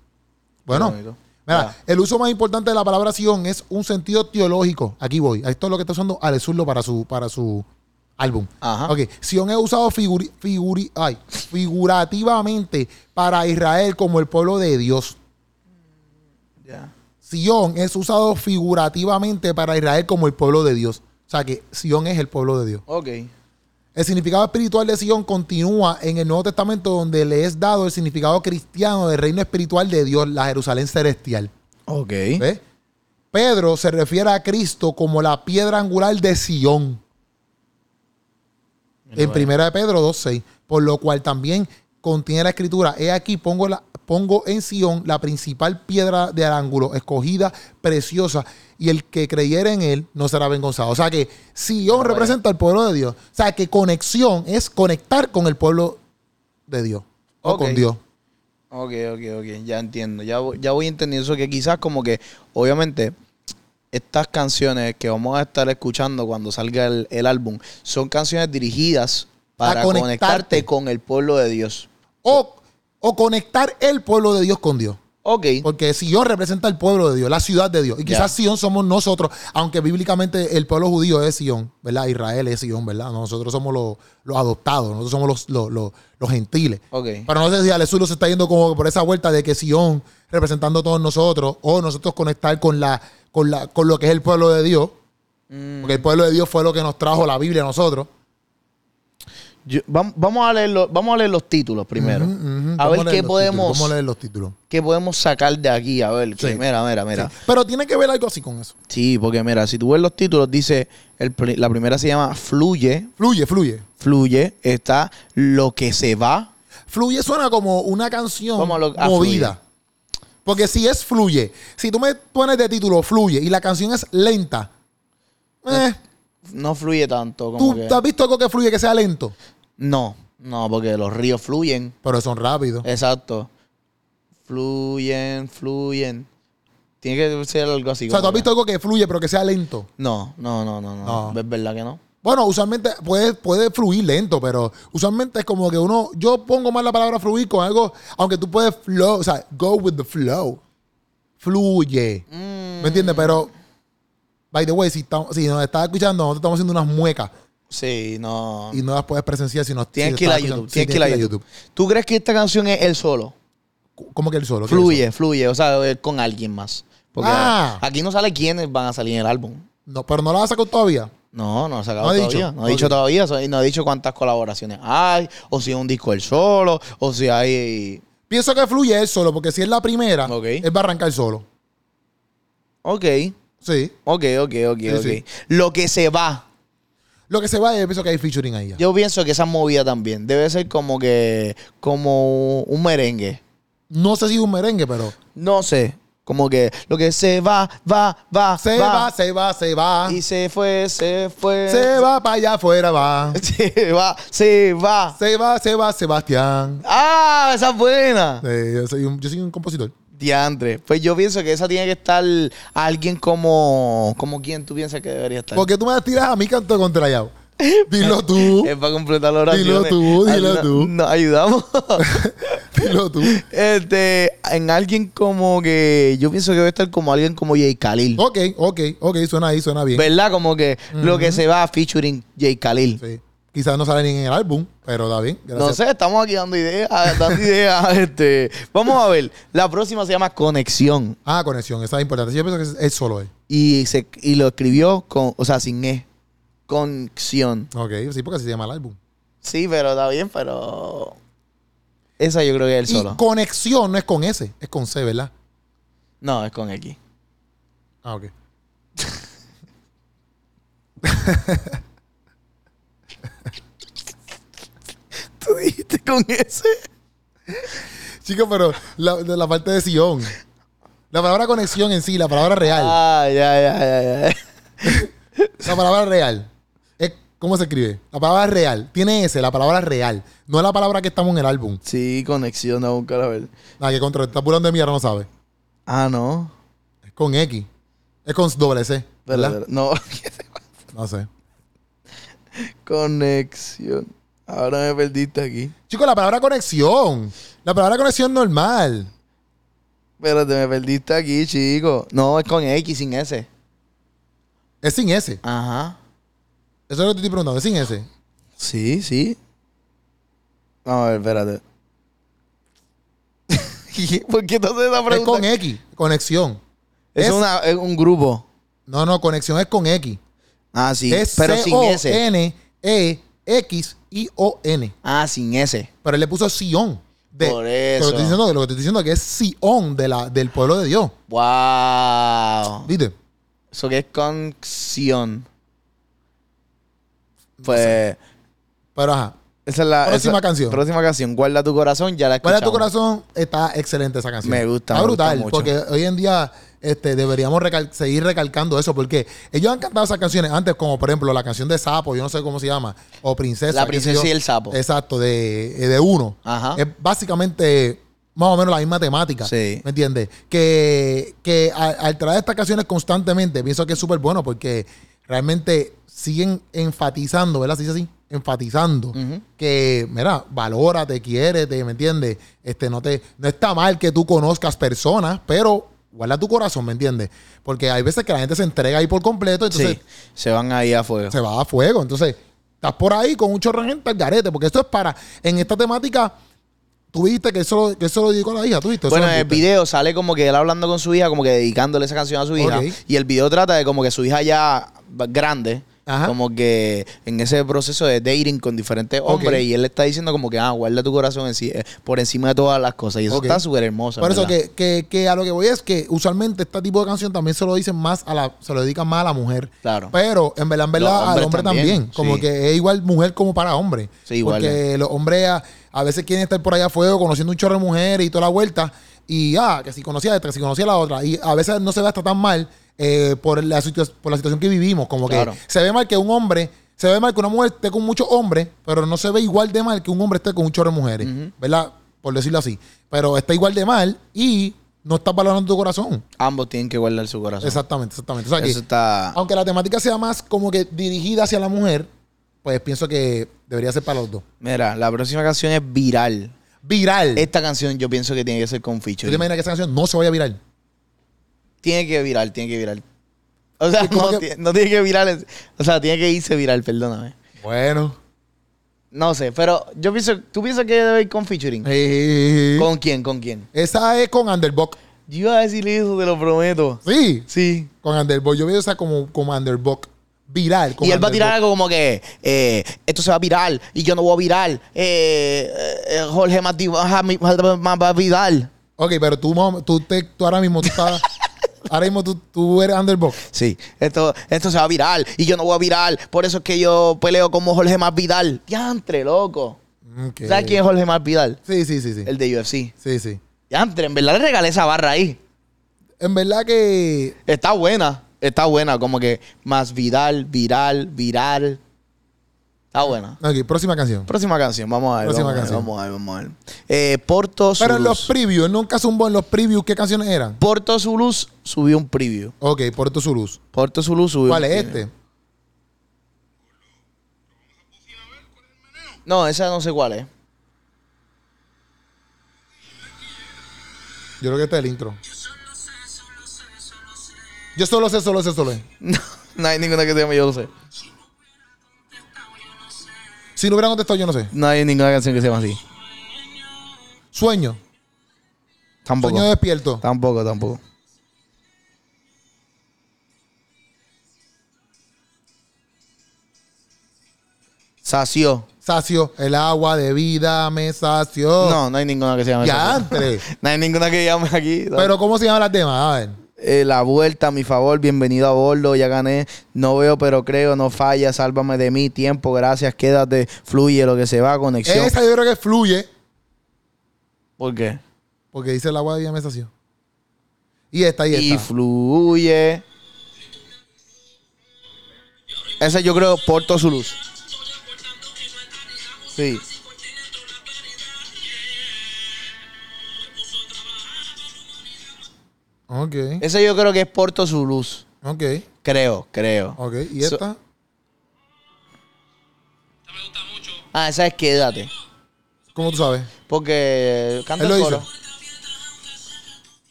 Speaker 1: Bueno,
Speaker 2: Qué bonito.
Speaker 1: Mira, el uso más importante de la palabra Sion es un sentido teológico. Aquí voy. Esto es lo que está usando Ale Zurlo para su, para su álbum.
Speaker 2: Ajá.
Speaker 1: Ok. Sion es usado figuri- figuri- ay, figurativamente para Israel como el pueblo de Dios.
Speaker 2: Ya.
Speaker 1: Sion es usado figurativamente para Israel como el pueblo de Dios. O sea que Sion es el pueblo de Dios.
Speaker 2: Ok.
Speaker 1: El significado espiritual de Sion continúa en el Nuevo Testamento donde le es dado el significado cristiano del reino espiritual de Dios, la Jerusalén celestial.
Speaker 2: Ok.
Speaker 1: ¿Ves? ¿Eh? Pedro se refiere a Cristo como la piedra angular de Sion. En primera de Pedro 2.6, por lo cual también contiene la escritura, he aquí pongo, la, pongo en Sion la principal piedra del ángulo, escogida, preciosa, y el que creyere en él no será avergonzado. O sea que Sion
Speaker 2: Bueno.
Speaker 1: representa al pueblo de Dios. O sea que conexión es conectar con el pueblo de Dios o
Speaker 2: Ok.
Speaker 1: con Dios.
Speaker 2: Ok, ok, ok, ya entiendo. Ya, vo- ya voy entendiendo eso que quizás como que, obviamente, estas canciones que vamos a estar escuchando cuando salga el, el álbum son canciones dirigidas para
Speaker 1: A
Speaker 2: conectarte.
Speaker 1: conectarte.
Speaker 2: con el pueblo de Dios.
Speaker 1: O, o conectar el pueblo de Dios con Dios.
Speaker 2: Ok,
Speaker 1: Porque Sion representa el pueblo de Dios, la ciudad de Dios. Y
Speaker 2: Ya.
Speaker 1: quizás Sion somos nosotros, aunque bíblicamente el pueblo judío es Sion, ¿verdad? Israel es Sion, ¿verdad? Nosotros somos los, los adoptados, nosotros somos los, los, los- los gentiles.
Speaker 2: ok.
Speaker 1: Pero no sé si Alezulo se está yendo como por esa vuelta de que Sion representando a todos nosotros, o nosotros conectar con, la, con, la, con lo que es el pueblo de Dios,
Speaker 2: Mm.
Speaker 1: porque el pueblo de Dios fue lo que nos trajo la Biblia a nosotros.
Speaker 2: Yo- vam- vamos, a leer los, vamos a leer los títulos primero.
Speaker 1: Ujú, ujú.
Speaker 2: A
Speaker 1: Vamos
Speaker 2: ver
Speaker 1: leer
Speaker 2: qué
Speaker 1: los
Speaker 2: podemos,
Speaker 1: títulos, vamos a leer los títulos.
Speaker 2: qué podemos sacar de aquí. A ver, que
Speaker 1: Sí.
Speaker 2: mira, mira, mira.
Speaker 1: Sí. Pero tiene que ver algo así con eso.
Speaker 2: Sí, porque mira, si tú ves los títulos, dice, el pri- la primera se llama Fluye,
Speaker 1: Fluye, fluye.
Speaker 2: Fluye, está Lo que se va.
Speaker 1: Fluye suena como una canción
Speaker 2: Como lo- ah,
Speaker 1: movida. Porque si es fluye, si tú me pones de título fluye y la canción es lenta, eh,
Speaker 2: No fluye tanto como
Speaker 1: ¿tú,
Speaker 2: que-
Speaker 1: tú has visto algo que fluye que sea lento?
Speaker 2: No, no, porque los ríos fluyen.
Speaker 1: Pero son
Speaker 2: Eh,
Speaker 1: rápidos.
Speaker 2: Exacto. Fluyen, fluyen. Tiene que ser algo así.
Speaker 1: o sea,
Speaker 2: como
Speaker 1: tú has
Speaker 2: que-
Speaker 1: visto algo que fluye pero que sea lento.
Speaker 2: No, no, no, no, no.
Speaker 1: No.
Speaker 2: ¿Es verdad que no?
Speaker 1: Bueno, usualmente puede, puede fluir lento, pero usualmente es como que uno, yo pongo más la palabra fluir con algo, aunque tú puedes flow, o sea, go with the flow. Fluye. ¿Me
Speaker 2: Mm.
Speaker 1: entiendes? Pero, by the way, si, estamos- si nos estás escuchando, nosotros estamos haciendo unas muecas.
Speaker 2: Sí, no.
Speaker 1: y no las puedes presenciar si no
Speaker 2: Tienes
Speaker 1: si
Speaker 2: que ir a
Speaker 1: estás
Speaker 2: YouTube.
Speaker 1: escuchando-
Speaker 2: tienes que ir a YouTube. ¿Tú crees que esta canción es él solo?
Speaker 1: YouTube. ¿Cómo que él solo? ¿Qué es
Speaker 2: Fluye, fluye. O sea, es con alguien más. Porque
Speaker 1: Ah.
Speaker 2: aquí no sale quiénes van a salir en el álbum.
Speaker 1: eso? No, pero no la has sacado todavía.
Speaker 2: No, no ha sacado
Speaker 1: No ha
Speaker 2: todavía.
Speaker 1: dicho.
Speaker 2: No ha
Speaker 1: Ok.
Speaker 2: dicho todavía. so- y No ha dicho cuántas colaboraciones hay. O si es un disco él solo. O si hay.
Speaker 1: Pienso que fluye él solo, porque si es la primera,
Speaker 2: Ok.
Speaker 1: él va a arrancar solo.
Speaker 2: Ok.
Speaker 1: Sí.
Speaker 2: Ok, ok, ok,
Speaker 1: Sí,
Speaker 2: ok.
Speaker 1: sí.
Speaker 2: Lo que se va.
Speaker 1: Lo que se va es, pienso que hay featuring ahí ya.
Speaker 2: Yo pienso que esa movida también debe ser como que. Como un merengue.
Speaker 1: No sé si es un merengue, pero.
Speaker 2: No sé. Como que lo que se va, va, va.
Speaker 1: Se va, se va, se va.
Speaker 2: Y se fue, se fue.
Speaker 1: Se va para allá afuera, va.
Speaker 2: *laughs* Se va, se va.
Speaker 1: Se va, se va, Sebastián.
Speaker 2: ¡Ah! Esa es buena.
Speaker 1: Eh, yo, soy un, yo soy un compositor.
Speaker 2: Diandre. Pues yo pienso que esa tiene que estar alguien como. como quien tú piensas que debería estar.
Speaker 1: Porque tú me tiras a mí canto contra Yao. Dilo tú.
Speaker 2: *laughs* es para completar la oración.
Speaker 1: Dilo tú, dilo
Speaker 2: Ayuda-
Speaker 1: tú.
Speaker 2: Nos ayudamos. *laughs*
Speaker 1: Dilo tú.
Speaker 2: este, en alguien como que. Yo pienso que debe estar como alguien como Jay Khalil.
Speaker 1: Ok, ok, ok, suena ahí, suena bien.
Speaker 2: ¿Verdad? Como que lo que se va featuring Jay Khalil.
Speaker 1: Sí. Quizás no sale ni en el álbum, pero está bien. Gracias.
Speaker 2: No sé, estamos aquí dando ideas, ah, dando ideas. *laughs* Este, vamos a ver. La próxima se llama Conexión.
Speaker 1: Ah, conexión, esa es importante. Yo pienso que es- es solo él.
Speaker 2: Y, se, y lo escribió con, o sea, sin E. Conexión.
Speaker 1: Ok, sí, porque así se llama el álbum.
Speaker 2: Sí, pero está bien, pero. Esa yo creo que es el
Speaker 1: Y
Speaker 2: solo.
Speaker 1: conexión no es con S, es con C, ¿verdad?
Speaker 2: No, es con X.
Speaker 1: Ah, ok.
Speaker 2: ¿Tú dijiste con S?
Speaker 1: Chicos, pero la, de la parte de Sion. La palabra conexión en sí, la palabra real.
Speaker 2: Ah, ya, ya, ya, ya.
Speaker 1: La palabra real. Es, ¿Cómo se escribe? La palabra real. Tiene S, la palabra real. No es la palabra que estamos en el álbum.
Speaker 2: Sí, conexión, a buscar a ver.
Speaker 1: Nada, que contra, está burlando de mierda, no sabe.
Speaker 2: Ah, no.
Speaker 1: Es con X. Es con doble C,
Speaker 2: ¿Verdad?
Speaker 1: ¿verdad?
Speaker 2: No. *laughs*
Speaker 1: No sé.
Speaker 2: conexión. Ahora me perdiste aquí.
Speaker 1: Chicos, la palabra conexión. La palabra conexión normal.
Speaker 2: Pero te me perdiste aquí, chico. No, es con X, sin S.
Speaker 1: Es sin S.
Speaker 2: Ajá.
Speaker 1: Eso es lo que te estoy preguntando, es sin S.
Speaker 2: Sí, sí. Vamos a ver, espérate. *laughs* ¿Por qué entonces esa
Speaker 1: Es
Speaker 2: pregunta?
Speaker 1: con X, conexión.
Speaker 2: E. Es
Speaker 1: es-
Speaker 2: una- es un grupo.
Speaker 1: No, no, conexión es con X.
Speaker 2: Ah, sí.
Speaker 1: es
Speaker 2: pero sin S.
Speaker 1: N E X I O N.
Speaker 2: Ah, sin S.
Speaker 1: Pero él le puso Sion. De, Pero
Speaker 2: Por
Speaker 1: te estoy
Speaker 2: eso.
Speaker 1: diciendo, lo que te estoy diciendo es que es Sion de la, del pueblo de Dios.
Speaker 2: Wow.
Speaker 1: ¿Viste?
Speaker 2: Eso que es canción. Pues.
Speaker 1: Pero ajá.
Speaker 2: Esa es la.
Speaker 1: Próxima
Speaker 2: esa-
Speaker 1: canción.
Speaker 2: Próxima canción. Guarda tu corazón, ya la escuchamos.
Speaker 1: Guarda tu corazón, está excelente esa canción.
Speaker 2: Me gusta,
Speaker 1: Está
Speaker 2: me gusta
Speaker 1: brutal,
Speaker 2: mucho.
Speaker 1: porque hoy en día este, deberíamos recal- seguir recalcando eso, porque ellos han cantado esas canciones antes, como por ejemplo la canción de Sapo, yo no sé cómo se llama, o Princesa.
Speaker 2: La
Speaker 1: qué sé
Speaker 2: princesa
Speaker 1: yo.
Speaker 2: y el sapo.
Speaker 1: Exacto, de, eh, de uno.
Speaker 2: Ajá.
Speaker 1: Es básicamente más o menos la misma temática.
Speaker 2: Sí.
Speaker 1: ¿Me entiendes? Que, que a- al, traer estas canciones constantemente, pienso que es súper bueno porque realmente siguen enfatizando, ¿verdad? Se dice así, enfatizando
Speaker 2: Ujú.
Speaker 1: que, mira, valórate, quiérete, ¿me entiendes? Este, no, te, no está mal que tú conozcas personas, pero guarda tu corazón, ¿me entiendes? Porque hay veces que la gente se entrega ahí por completo, entonces
Speaker 2: Sí. Se van ahí a fuego.
Speaker 1: se va a fuego. Entonces, estás por ahí con un chorro de gente al garete, porque esto es para, en esta temática, tú viste que eso, lo- que eso lo dedicó a la hija, tú viste. Eso
Speaker 2: Bueno,
Speaker 1: lo
Speaker 2: en el
Speaker 1: viste.
Speaker 2: video sale como que él hablando con su hija, como que dedicándole esa canción a su hija.
Speaker 1: Ok.
Speaker 2: Y el video trata de como que su hija ya grande,
Speaker 1: Ajá.
Speaker 2: como que en ese proceso de dating con diferentes
Speaker 1: Ok.
Speaker 2: hombres. Y él le está diciendo como que, ah, guarda tu corazón enci- eh, por encima de todas las cosas. Y eso
Speaker 1: Ok.
Speaker 2: está súper hermoso.
Speaker 1: Por eso
Speaker 2: ¿verdad?
Speaker 1: que, que, que a lo que voy es que usualmente este tipo de canción también se lo dicen más a la, se lo dedican más a la mujer.
Speaker 2: Claro.
Speaker 1: Pero en verdad, en verdad,
Speaker 2: Los
Speaker 1: al
Speaker 2: hombres
Speaker 1: hombre también.
Speaker 2: también,
Speaker 1: Como
Speaker 2: sí.
Speaker 1: que es igual mujer como para hombre.
Speaker 2: Sí, igual,
Speaker 1: Porque los hombres a, a veces quieren estar por allá a fuego, conociendo un chorro de mujeres y toda la vuelta. Y ah, que si conocía a esta, que si conocía a la otra. Y a veces no se ve hasta tan mal eh, por, la situa- por la situación que vivimos. Como que
Speaker 2: Claro.
Speaker 1: se ve mal que un hombre, se ve mal que una mujer esté con muchos hombres, pero no se ve igual de mal que un hombre esté con un chorro de mujeres. ¿Verdad? Por decirlo así. Pero está igual de mal y no estás valorando tu corazón.
Speaker 2: Ambos tienen que guardar su corazón.
Speaker 1: Exactamente, exactamente. O sea que-
Speaker 2: Eso está...
Speaker 1: aunque la temática sea más como que dirigida hacia la mujer, pues pienso que debería ser para los dos.
Speaker 2: Mira, la próxima canción es viral.
Speaker 1: Viral.
Speaker 2: Esta canción yo pienso que tiene que ser
Speaker 1: ¿Tú
Speaker 2: con
Speaker 1: te
Speaker 2: featuring.
Speaker 1: imaginas que esa canción no se vaya a viral?
Speaker 2: Tiene que viral, tiene que viral. O sea,
Speaker 1: ¿Y cómo
Speaker 2: no,
Speaker 1: que-
Speaker 2: ti- no tiene que viral. en- O sea, tiene que irse viral, perdóname.
Speaker 1: Bueno.
Speaker 2: No sé, pero yo pienso, ¿tú piensas que debe ir con featuring? ¿Con quién? ¿Con quién?
Speaker 1: Esa es con Underbog.
Speaker 2: Yo iba a decir eso, te lo prometo.
Speaker 1: Sí,
Speaker 2: Sí.
Speaker 1: con Underbog. Yo veo esa como, como Underbog. Viral. con
Speaker 2: Y él va a tirar
Speaker 1: Underbog.
Speaker 2: algo como que eh, esto se va a viral y yo no voy a virar. Eh, eh, Jorge Mati va a mi- va a viral.
Speaker 1: Ok, pero tú, mam- tú, te, tú ahora mismo tú
Speaker 2: *laughs*
Speaker 1: estás. ahora mismo tú, tú eres Underbog.
Speaker 2: Sí, esto, esto se va a viral y yo no voy a viral. Por eso es que yo peleo como Jorge Más Vidal. Diantre, loco.
Speaker 1: Ok.
Speaker 2: ¿Sabes quién es Jorge Más Vidal?
Speaker 1: Sí, sí, sí, sí.
Speaker 2: El de UFC.
Speaker 1: Sí, sí.
Speaker 2: Diantre, en verdad le regalé esa barra ahí.
Speaker 1: En verdad que.
Speaker 2: Está buena, está buena, como que más Vidal, viral, viral. Está buena.
Speaker 1: Ok, próxima canción.
Speaker 2: Próxima canción, vamos a ver.
Speaker 1: Próxima
Speaker 2: vamos
Speaker 1: canción.
Speaker 2: A ver, vamos a ver, vamos a ver. Eh, Porto
Speaker 1: Pero en
Speaker 2: Zulus.
Speaker 1: los previews, nunca zumbó en los previews qué canciones eran.
Speaker 2: Porto Zulus subió un preview.
Speaker 1: Ok, Puerto Zulus.
Speaker 2: Porto Zulus subió
Speaker 1: ¿Cuál
Speaker 2: un
Speaker 1: es
Speaker 2: preview.
Speaker 1: este? este?
Speaker 2: No, esa no sé cuál es. *laughs*
Speaker 1: Yo creo que este es el intro. Yo solo sé, solo sé, solo sé.
Speaker 2: No, no hay ninguna que se llame Yo Lo Sé.
Speaker 1: Si no hubiera contestado, yo no sé.
Speaker 2: No hay ninguna canción que se llame así.
Speaker 1: Sueño.
Speaker 2: Tampoco.
Speaker 1: Sueño despierto.
Speaker 2: Tampoco, tampoco. Sació.
Speaker 1: Sacio. El agua de vida me sació.
Speaker 2: No, no hay ninguna que se llame
Speaker 1: Ya
Speaker 2: Sació.
Speaker 1: antes.
Speaker 2: *laughs* No hay ninguna que llame aquí.
Speaker 1: Pero ¿cómo se llaman las demás? A ver.
Speaker 2: Eh, la vuelta, a mi favor, bienvenido a bordo, ya gané. No veo, pero creo, no falla, sálvame de mí, tiempo, gracias, quédate, fluye lo que se va, conexión.
Speaker 1: Esa yo creo que fluye.
Speaker 2: ¿Por qué?
Speaker 1: Porque dice el agua de vida me sació. Y esta, y
Speaker 2: Y
Speaker 1: esta.
Speaker 2: fluye. Ese yo creo Porto Zulus. Sí.
Speaker 1: ok.
Speaker 2: Ese yo creo que es Porto Zulus.
Speaker 1: Ok.
Speaker 2: Creo, creo.
Speaker 1: Ok. Y
Speaker 2: So-
Speaker 1: esta.
Speaker 2: Ah, esa es Quédate.
Speaker 1: ¿Cómo tú sabes?
Speaker 2: Porque canta
Speaker 1: Él lo
Speaker 2: el
Speaker 1: hizo.
Speaker 2: coro.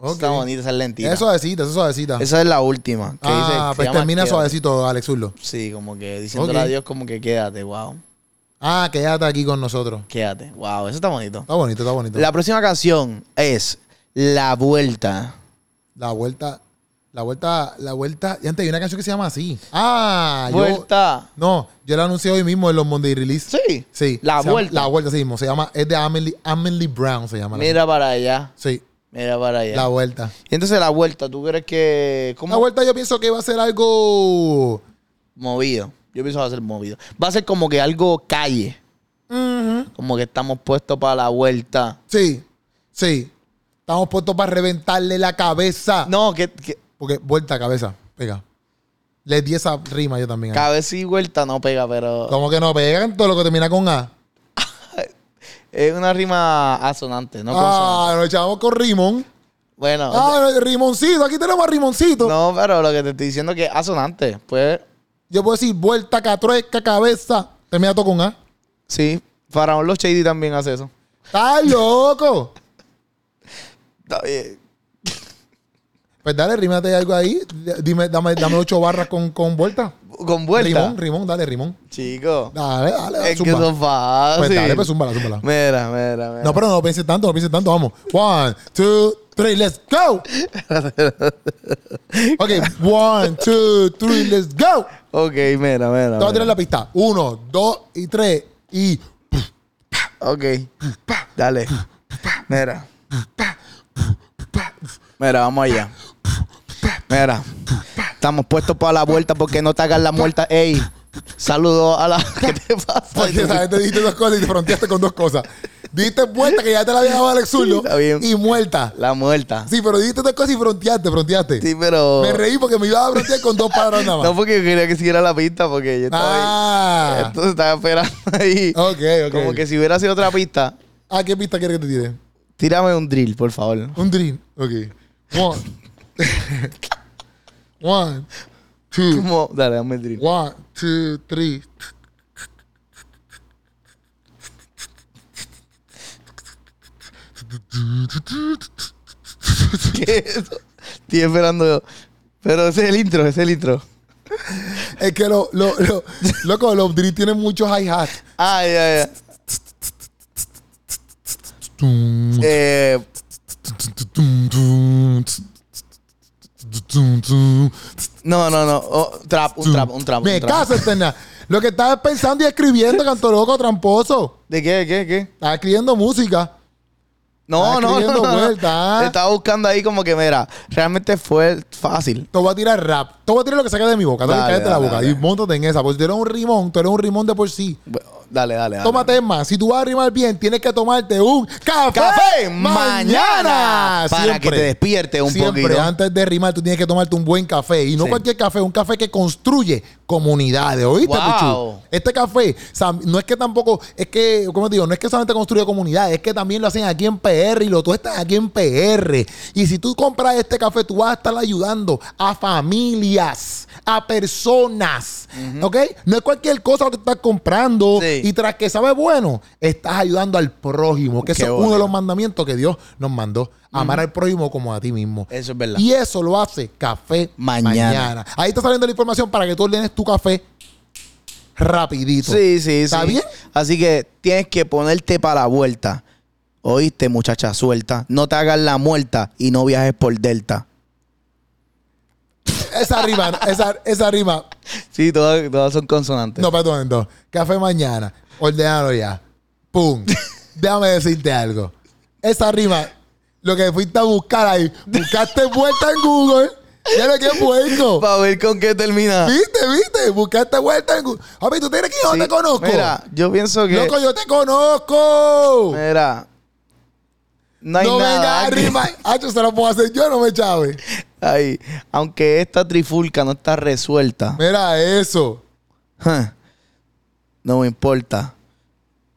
Speaker 1: Ok.
Speaker 2: Está bonita, esa es lentita.
Speaker 1: Es suavecita, esa es suavecita.
Speaker 2: Esa es la última. Que dice,
Speaker 1: ah,
Speaker 2: se
Speaker 1: pues
Speaker 2: llama
Speaker 1: termina
Speaker 2: Quédate.
Speaker 1: suavecito, Alex Urlo.
Speaker 2: Sí, como que diciéndole
Speaker 1: Ok.
Speaker 2: a Dios como que quédate, wow.
Speaker 1: Ah, que ya está aquí con nosotros.
Speaker 2: Quédate. Wow, eso está bonito.
Speaker 1: Está bonito, está bonito.
Speaker 2: La próxima canción es La Vuelta.
Speaker 1: La vuelta, la vuelta, la vuelta. Y antes hay una canción que se llama así. Ah,
Speaker 2: Vuelta.
Speaker 1: Yo, no, yo la anuncié hoy mismo en los Monday Release.
Speaker 2: Sí.
Speaker 1: Sí.
Speaker 2: La
Speaker 1: se llama-
Speaker 2: Vuelta.
Speaker 1: la vuelta, sí mismo. Se llama, es de Amelie, Amelie Brown, se llama. la
Speaker 2: Mira para allá.
Speaker 1: canción. Sí.
Speaker 2: Mira para allá.
Speaker 1: La vuelta.
Speaker 2: Y entonces la vuelta, ¿tú crees que. ¿Cómo?
Speaker 1: La vuelta yo pienso que va a ser algo.
Speaker 2: Movido. Yo pienso que va a ser movido. Va a ser como que algo calle.
Speaker 1: Ujú.
Speaker 2: Como que estamos puestos para la vuelta.
Speaker 1: Sí, sí. Estamos puestos para reventarle la cabeza.
Speaker 2: No, que, que
Speaker 1: Porque vuelta, cabeza. Pega. Les di esa rima yo también.
Speaker 2: cabeza y vuelta no pega, pero.
Speaker 1: Como que no pegan todo lo que termina con A.
Speaker 2: Es una rima asonante, no consonante.
Speaker 1: ah, nos echamos con Rimón.
Speaker 2: Bueno,
Speaker 1: Ah, Rimoncito. Aquí tenemos a Rimoncito.
Speaker 2: no, pero lo que te estoy diciendo es que es asonante. Pues,
Speaker 1: Yo puedo decir vuelta, catrueca, cabeza. Termina todo con A.
Speaker 2: sí. Faraón Los Shady también hace eso.
Speaker 1: ¡Estás loco!
Speaker 2: Está bien.
Speaker 1: Pues dale, rímate algo ahí. Dime, dame, dame ocho barras con, con vuelta.
Speaker 2: Con vuelta.
Speaker 1: Rimón, Rimón, dale, Rimón.
Speaker 2: Chico.
Speaker 1: Dale, dale,
Speaker 2: es que eso
Speaker 1: zumba.
Speaker 2: es fácil.
Speaker 1: Pues dale, pues zúmbala, zúmbala.
Speaker 2: Mira, mira, mira.
Speaker 1: No, pero no lo pienses tanto, no pienses tanto. Vamos. One, two, three, let's
Speaker 2: *laughs*
Speaker 1: go. Ok, one, two, three, let's go.
Speaker 2: Ok,
Speaker 1: Te
Speaker 2: mira, mira.
Speaker 1: voy a
Speaker 2: mira.
Speaker 1: tirar la pista. Uno, dos y tres. Y
Speaker 2: Ok. Dale. Mira. Mira, vamos allá. Mira. Estamos puestos para la vuelta porque no te hagas la muerta. Ey. Saludos a la. *laughs* ¿Qué te pasa?
Speaker 1: porque esa gente dijiste dos cosas y te fronteaste con dos cosas. Dijiste vuelta, que ya te la había dado Alex Zurdo.
Speaker 2: Está bien.
Speaker 1: Y muerta.
Speaker 2: *laughs* La muerta.
Speaker 1: Sí, pero dijiste dos cosas y fronteaste, fronteaste.
Speaker 2: Sí, pero.
Speaker 1: Me reí porque me iba a frontear con dos palabras
Speaker 2: *laughs*
Speaker 1: nada más.
Speaker 2: No pues, porque yo quería que siguiera la pista porque yo estaba ahí.
Speaker 1: ah,
Speaker 2: Entonces estaba esperando ahí.
Speaker 1: ok, ok.
Speaker 2: Como que si hubiera sido otra pista,
Speaker 1: Ah, ¿qué pista quieres que te tire?
Speaker 2: tírame un drill, por favor.
Speaker 1: Un dream. Ok. One.
Speaker 2: *laughs*
Speaker 1: one, two,
Speaker 2: Como- Dale, dame el drill.
Speaker 1: one, two, three.
Speaker 2: *laughs* ¿Qué es eso? Estoy esperando yo. Pero ese es el intro, ese es el intro.
Speaker 1: Es que lo, lo,
Speaker 2: *laughs*
Speaker 1: lo, loco, los drills tienen muchos hi-hats.
Speaker 2: Ay, ay, ay.
Speaker 1: Tum,
Speaker 2: Eh,
Speaker 1: tum, tum, tum, tum.
Speaker 2: no, no, no. Oh, trap, un trap, un trap.
Speaker 1: Me
Speaker 2: un trap.
Speaker 1: caso, Eterna. Lo que estaba pensando y escribiendo, canto loco, tramposo.
Speaker 2: ¿De qué, de qué, de qué?
Speaker 1: Estaba escribiendo música.
Speaker 2: No,
Speaker 1: Estaba
Speaker 2: no, no.
Speaker 1: escribiendo
Speaker 2: no.
Speaker 1: vuelta, ah.
Speaker 2: Estaba buscando ahí como que, mira, realmente fue fácil.
Speaker 1: Te voy a tirar rap. Te voy a tirar lo que saca de mi boca. Dale,
Speaker 2: Dale,
Speaker 1: cállate la
Speaker 2: dale,
Speaker 1: boca.
Speaker 2: dale.
Speaker 1: Y montate en esa. Porque si tú eres un rimón, tú eres un rimón de por sí.
Speaker 2: Bueno, Dale, dale, dale.
Speaker 1: Tómate es más. Si tú vas a rimar bien, tienes que tomarte un café,
Speaker 2: Café mañana. Para
Speaker 1: Siempre.
Speaker 2: que te despierte un
Speaker 1: Siempre
Speaker 2: poquito.
Speaker 1: antes de rimar, tú tienes que tomarte un buen café. Y no
Speaker 2: Sí.
Speaker 1: cualquier café, un café que construye comunidades. ¿Oíste,
Speaker 2: Wow.
Speaker 1: Puchu? Este café, Sam, no es que tampoco, es que, como te digo, no es que solamente construye comunidades, es que también lo hacen aquí en PR y lo tú estás aquí en PR. Y si tú compras este café, tú vas a estar ayudando a familias, a personas. ¿Ok? No es cualquier cosa lo que estás comprando.
Speaker 2: Sí.
Speaker 1: Y tras que sabe bueno, estás ayudando al prójimo, que
Speaker 2: Qué
Speaker 1: eso es uno
Speaker 2: bonito.
Speaker 1: de los mandamientos que Dios nos mandó. Amar al prójimo como a ti mismo.
Speaker 2: Eso es verdad.
Speaker 1: Y eso lo hace Café
Speaker 2: Mañana.
Speaker 1: Mañana. Ahí está saliendo la información para que tú ordenes tu café rapidito.
Speaker 2: Sí, sí,
Speaker 1: ¿Está
Speaker 2: sí.
Speaker 1: bien?
Speaker 2: Así que tienes que ponerte para la vuelta. Oíste, muchacha, suelta. No te hagas la muerta y no viajes por Delta.
Speaker 1: Esa rima, esa, esa rima.
Speaker 2: Sí, todas, todas son consonantes.
Speaker 1: No, perdón, entonces. Café Mañana. Ordenalo ya. Pum. Déjame decirte algo. Esa rima, lo que fuiste a buscar ahí, buscaste vuelta en Google. Ya lo que
Speaker 2: *laughs*
Speaker 1: puerco.
Speaker 2: Para ver con qué termina.
Speaker 1: ¿Viste, viste? Buscaste vuelta en Google. Papi, tú tienes que yo
Speaker 2: Sí,
Speaker 1: te conozco.
Speaker 2: Mira, yo pienso que.
Speaker 1: Loco, yo te conozco.
Speaker 2: Mira. No hay
Speaker 1: no venga
Speaker 2: nada.
Speaker 1: a
Speaker 2: aquí.
Speaker 1: rimar. Ah, yo se lo puedo hacer yo, no me chave.
Speaker 2: *laughs* Ay, aunque esta trifulca no está resuelta,
Speaker 1: Mira eso.
Speaker 2: ja, *laughs* no me importa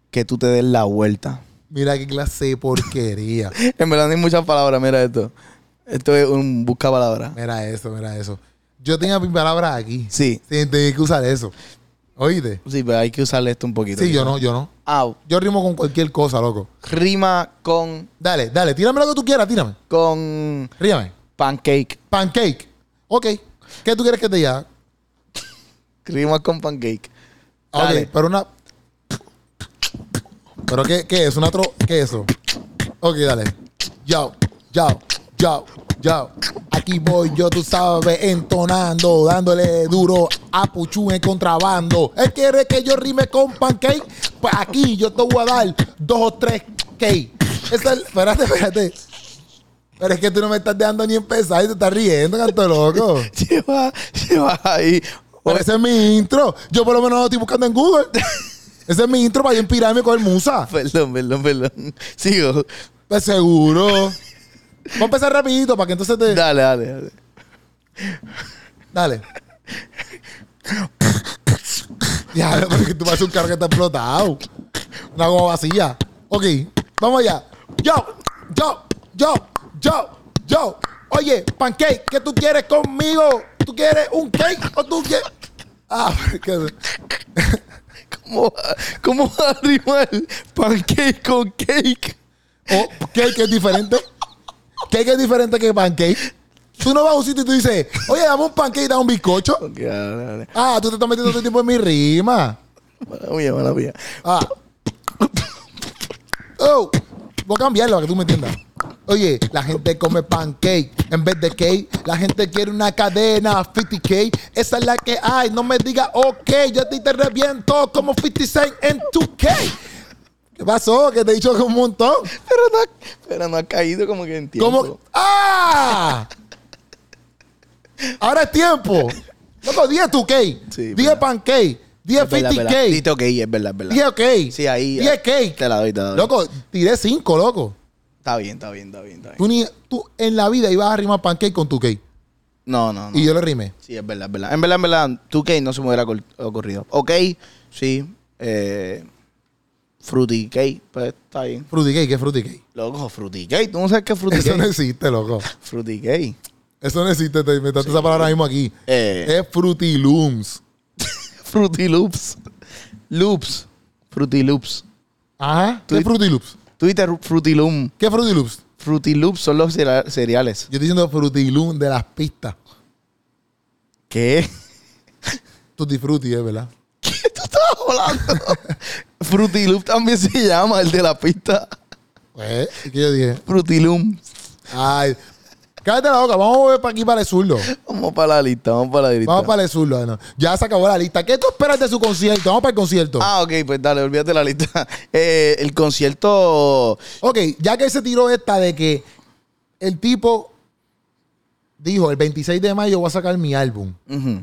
Speaker 2: que tú te des la vuelta.
Speaker 1: Mira qué clase de porquería.
Speaker 2: En verdad, no hay muchas palabras. Mira esto. Esto es un busca palabras.
Speaker 1: Mira eso, mira eso. Yo tenía mis palabras aquí.
Speaker 2: Sí,
Speaker 1: Sí, tenía que usar eso. ¿Oíste?
Speaker 2: sí, pero hay que usarle esto un poquito.
Speaker 1: Sí, yo no, yo no.
Speaker 2: Ah,
Speaker 1: Yo rimo con cualquier cosa, loco.
Speaker 2: rima con,
Speaker 1: Dale, dale, tírame lo que tú quieras, tírame.
Speaker 2: con
Speaker 1: Ríame.
Speaker 2: pancake.
Speaker 1: Pancake. Ok. ¿Qué tú quieres que te diga?
Speaker 2: Rima con pancake. *laughs*
Speaker 1: Ok,
Speaker 2: Dale.
Speaker 1: pero una. ¿Pero qué, qué es? ¿Una tro.? ¿Qué es eso? Ok, dale. Yo, yo, yo, yo. Aquí voy yo, tú sabes, entonando, dándole duro a Puchu en contrabando. Él quiere que yo rime con pancake. Pues aquí yo te voy a dar dos o tres cake. Esa es- Espérate, espérate. Pero es que tú no me estás dejando ni empezar y te estás riendo, canto loco.
Speaker 2: Lleva, lleva ahí.
Speaker 1: Pero ese es mi intro. Yo por lo menos lo estoy buscando en Google. Ese es mi intro para yo inspirarme con el musa.
Speaker 2: Oh, Perdón, perdón, perdón. Sigo.
Speaker 1: Pues seguro. Vamos a empezar rapidito para que entonces te...
Speaker 2: Dale, dale, dale.
Speaker 1: Dale. Ya, porque tú vas a un carro que está explotado. Una goma vacía. Ok, vamos allá. Yo, yo, yo, yo, yo. Oye, pancake, ¿qué tú quieres conmigo? ¿Tú quieres un cake o tú quieres...? Ah, *laughs* porque...
Speaker 2: ¿Cómo, va- cómo va a rimar pancake con cake?
Speaker 1: O cake Oh, es diferente. Cake es diferente que pancake. Tú no vas a un sitio y tú dices, oye, dame un pancake y dame un bizcocho.
Speaker 2: Ok, dale, dale.
Speaker 1: Ah, tú te estás metiendo todo el tiempo en mi rima.
Speaker 2: Mala mía, mala mía.
Speaker 1: Ah. Oh, voy a cambiarlo para que tú me entiendas. Oye, la gente come pancake en vez de cake. La gente quiere una cadena 50k. Esa es la que hay. No me digas, ok, yo a ti te reviento como 56 en 2k. ¿Qué pasó? Que te he dicho un montón.
Speaker 2: Pero no, ha- pero no ha caído como que en tiempo.
Speaker 1: ¿Cómo? ¡Ah! Ahora es tiempo. Loco, 10 2K.
Speaker 2: Sí,
Speaker 1: 10
Speaker 2: verdad.
Speaker 1: pancake. 10
Speaker 2: Es verdad, es verdad.
Speaker 1: 50K.
Speaker 2: Diste ok, es verdad, es verdad.
Speaker 1: 10 K.
Speaker 2: Sí, ahí.
Speaker 1: 10
Speaker 2: ahí. Te
Speaker 1: K.
Speaker 2: la doy, te la doy.
Speaker 1: Loco, tiré 5, loco.
Speaker 2: Está bien, está bien, está bien, está bien.
Speaker 1: Tú, ni, tú en la vida ibas a rimar pancake con tu K.
Speaker 2: No, no, no.
Speaker 1: Y yo le rimé.
Speaker 2: Sí, es verdad, es verdad. En verdad, en verdad, 2K no se me hubiera ocur- ocurrido. Ok, sí. Eh, Fruity Cake, pues está bien.
Speaker 1: Fruity K, ¿qué es Fruity K?
Speaker 2: Loco, Fruity Cake. ¿Tú no sabes qué es Fruity
Speaker 1: Eso
Speaker 2: Cake?
Speaker 1: no Eh. existe, loco.
Speaker 2: Fruity Cake.
Speaker 1: Eso no existe. Te inventaste esa palabra ahora mismo aquí.
Speaker 2: Eh,
Speaker 1: Es Fruity Looms.
Speaker 2: Fruity Loops. Loops. Fruity Loops.
Speaker 1: Ajá.
Speaker 2: Tú-
Speaker 1: ¿Qué es Fruity Loops?
Speaker 2: Twitter Fruity Loom.
Speaker 1: ¿Qué es Fruity Loops?
Speaker 2: Fruity Loops son los cera- cereales.
Speaker 1: Yo estoy diciendo Fruity Loom de las pistas.
Speaker 2: ¿Qué? *laughs*
Speaker 1: Tutti Frutti, es verdad.
Speaker 2: ¿Qué tú estabas hablando? *laughs* Fruity Loop también se llama, el de la pista.
Speaker 1: Pues, ¿qué yo dije?
Speaker 2: Fruity Loom.
Speaker 1: Ay, cállate la boca. Vamos a volver para aquí para el zurdo.
Speaker 2: Vamos para la lista, vamos para la lista.
Speaker 1: Vamos para el zurdo. bueno. Ya se acabó la lista. ¿Qué tú esperas de su concierto? Vamos para el concierto.
Speaker 2: Ah, ok, pues dale, olvídate de la lista. *laughs* Eh, el concierto.
Speaker 1: Ok, ya que se tiró esta de que el tipo dijo el 26 de mayo voy a sacar mi álbum.
Speaker 2: ujú,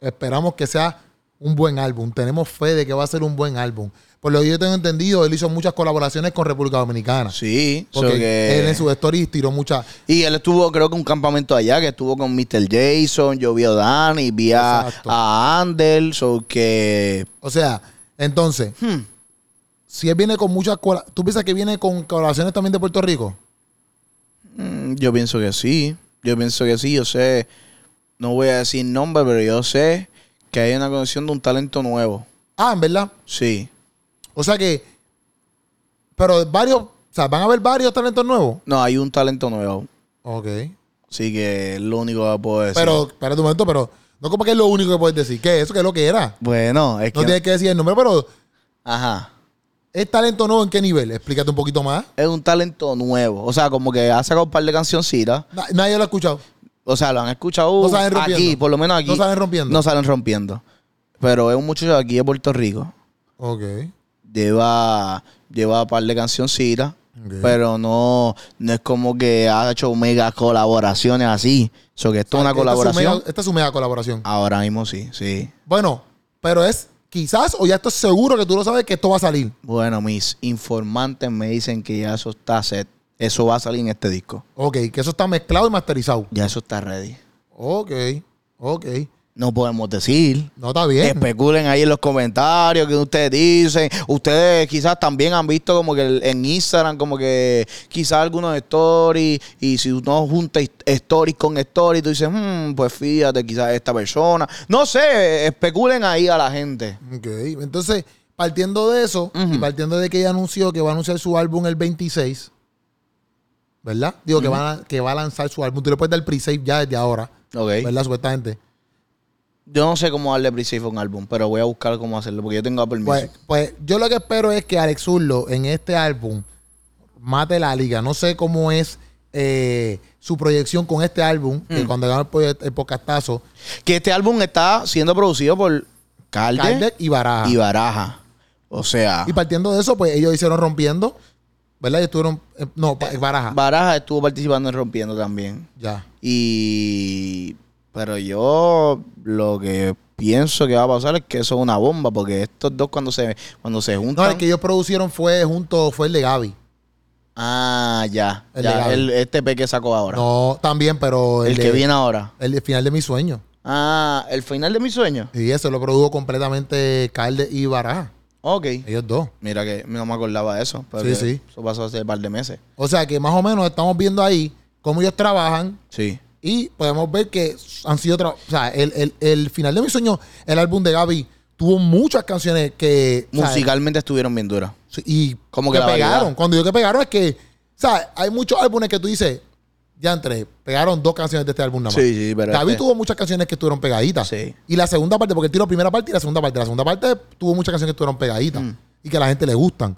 Speaker 1: Esperamos que sea un buen álbum. Tenemos fe de que va a ser un buen álbum. Por lo que yo tengo entendido, él hizo muchas colaboraciones con República Dominicana.
Speaker 2: Sí,
Speaker 1: Porque
Speaker 2: so que-
Speaker 1: él en sus stories tiró muchas.
Speaker 2: Y él estuvo, creo que un campamento allá, que estuvo con Mr. Jason, yo vi a Danny, vi a,
Speaker 1: Exacto.
Speaker 2: a Ander, so que.
Speaker 1: O sea, entonces,
Speaker 2: Hmm.
Speaker 1: si él viene con muchas cola- ¿tú piensas que viene con colaboraciones también de Puerto Rico?
Speaker 2: Mm, Yo pienso que sí. Yo pienso que sí. Yo sé. No voy a decir nombre, pero yo sé que hay una conexión de un talento nuevo.
Speaker 1: Ah, en verdad.
Speaker 2: Sí.
Speaker 1: O sea que, pero varios, o sea, van a haber varios talentos nuevos.
Speaker 2: No, hay un talento nuevo.
Speaker 1: Ok.
Speaker 2: Así que es lo único que puedo decir.
Speaker 1: Pero, espérate un momento, pero no como que es lo único que puedes decir. ¿Qué es eso? ¿Qué es lo que era?
Speaker 2: Bueno, es
Speaker 1: No
Speaker 2: que.
Speaker 1: tienes que decir el nombre, pero
Speaker 2: Ajá.
Speaker 1: ¿es talento nuevo en qué nivel? Explícate un poquito más.
Speaker 2: Es un talento nuevo. O sea, como que ha sacado un par de cancioncitas.
Speaker 1: Na- nadie lo ha escuchado.
Speaker 2: O sea, lo han escuchado uh,
Speaker 1: No salen rompiendo.
Speaker 2: aquí, por lo menos aquí.
Speaker 1: No salen rompiendo.
Speaker 2: No salen rompiendo. Pero es un muchacho de aquí de Puerto Rico.
Speaker 1: Ok.
Speaker 2: lleva lleva un par de cancioncitas
Speaker 1: Ok.
Speaker 2: pero no no es como que ha hecho mega colaboraciones así eso que esto es
Speaker 1: Esta
Speaker 2: una
Speaker 1: es su
Speaker 2: colaboración
Speaker 1: mega- esta es su mega colaboración.
Speaker 2: ahora mismo sí sí
Speaker 1: Bueno, pero es quizás o ya estoy seguro que tú lo sabes que esto va a salir.
Speaker 2: bueno mis informantes me dicen que ya eso está set eso va a salir en este disco
Speaker 1: Ok, que eso está mezclado y masterizado.
Speaker 2: ya eso está ready
Speaker 1: Ok, ok.
Speaker 2: no podemos decir
Speaker 1: No está bien.
Speaker 2: Especulen ahí en los comentarios que ustedes dicen. Ustedes quizás también han visto como que el- en Instagram, como que quizás algunos stories. Y si uno junta hist- stories con stories, tú dices, "Hmm, pues fíjate, quizás esta persona. No sé, especulen ahí a la gente.
Speaker 1: Ok, entonces, partiendo de eso, y
Speaker 2: Ujú.
Speaker 1: partiendo de que ella anunció que va a anunciar su álbum el 26, ¿verdad? Digo, que, va a, que va a lanzar su álbum. Tú le puedes dar pre-save ya desde ahora,
Speaker 2: Ok.
Speaker 1: ¿verdad? Supuestamente.
Speaker 2: Yo no sé cómo darle pre-save a un álbum, pero voy a buscar cómo hacerlo porque yo tengo Apple
Speaker 1: Pues,
Speaker 2: Music.
Speaker 1: pues yo lo que espero es que Alex Urlo en este álbum mate la liga. No sé cómo es eh, su proyección con este álbum, que
Speaker 2: Mm.
Speaker 1: cuando ganó el, proye- el podcastazo,
Speaker 2: Que este álbum está siendo producido por Calde,
Speaker 1: Kardec y Baraja.
Speaker 2: y Baraja. O sea,
Speaker 1: Y partiendo de eso, pues ellos hicieron rompiendo. ¿verdad? Y estuvieron. eh, no, pa- Baraja.
Speaker 2: Baraja estuvo participando en Rompiendo también.
Speaker 1: ya.
Speaker 2: Y. Pero yo lo que pienso que va a pasar es que eso es una bomba, porque estos dos cuando se, cuando se
Speaker 1: No,
Speaker 2: juntan.
Speaker 1: el que ellos producieron fue junto, fue el de Gaby.
Speaker 2: Ah, ya.
Speaker 1: El
Speaker 2: ya,
Speaker 1: legado.
Speaker 2: el- este P que sacó ahora.
Speaker 1: No, también, pero
Speaker 2: el
Speaker 1: el,
Speaker 2: que
Speaker 1: de-
Speaker 2: viene ahora.
Speaker 1: El de final de mi sueño.
Speaker 2: Ah, el final de mi sueño.
Speaker 1: Y eso lo produjo completamente Calde y Baraja.
Speaker 2: Ok.
Speaker 1: Ellos dos.
Speaker 2: Mira que no me acordaba de eso. pero
Speaker 1: Sí,
Speaker 2: que
Speaker 1: sí.
Speaker 2: Eso pasó hace un par de meses.
Speaker 1: O sea que más o menos estamos viendo ahí cómo ellos trabajan
Speaker 2: Sí.
Speaker 1: y podemos ver que han sido. tra- O sea, el, el- el final de mi sueño, el álbum de Gaby, tuvo muchas canciones que. o sea,
Speaker 2: Musicalmente estuvieron bien duras.
Speaker 1: Sí, y
Speaker 2: Como
Speaker 1: que
Speaker 2: que la
Speaker 1: pegaron.
Speaker 2: variedad.
Speaker 1: Cuando digo que pegaron es que, ¿sabes? Hay muchos álbumes que tú dices, ya entre, pegaron dos canciones de este álbum nada más.
Speaker 2: Sí, sí, pero
Speaker 1: David
Speaker 2: este-
Speaker 1: tuvo muchas canciones que estuvieron pegaditas.
Speaker 2: Sí.
Speaker 1: Y la segunda parte, porque él tiró primera parte y la segunda parte. La segunda parte tuvo muchas canciones que estuvieron pegaditas
Speaker 2: Mm.
Speaker 1: y que a la gente le gustan.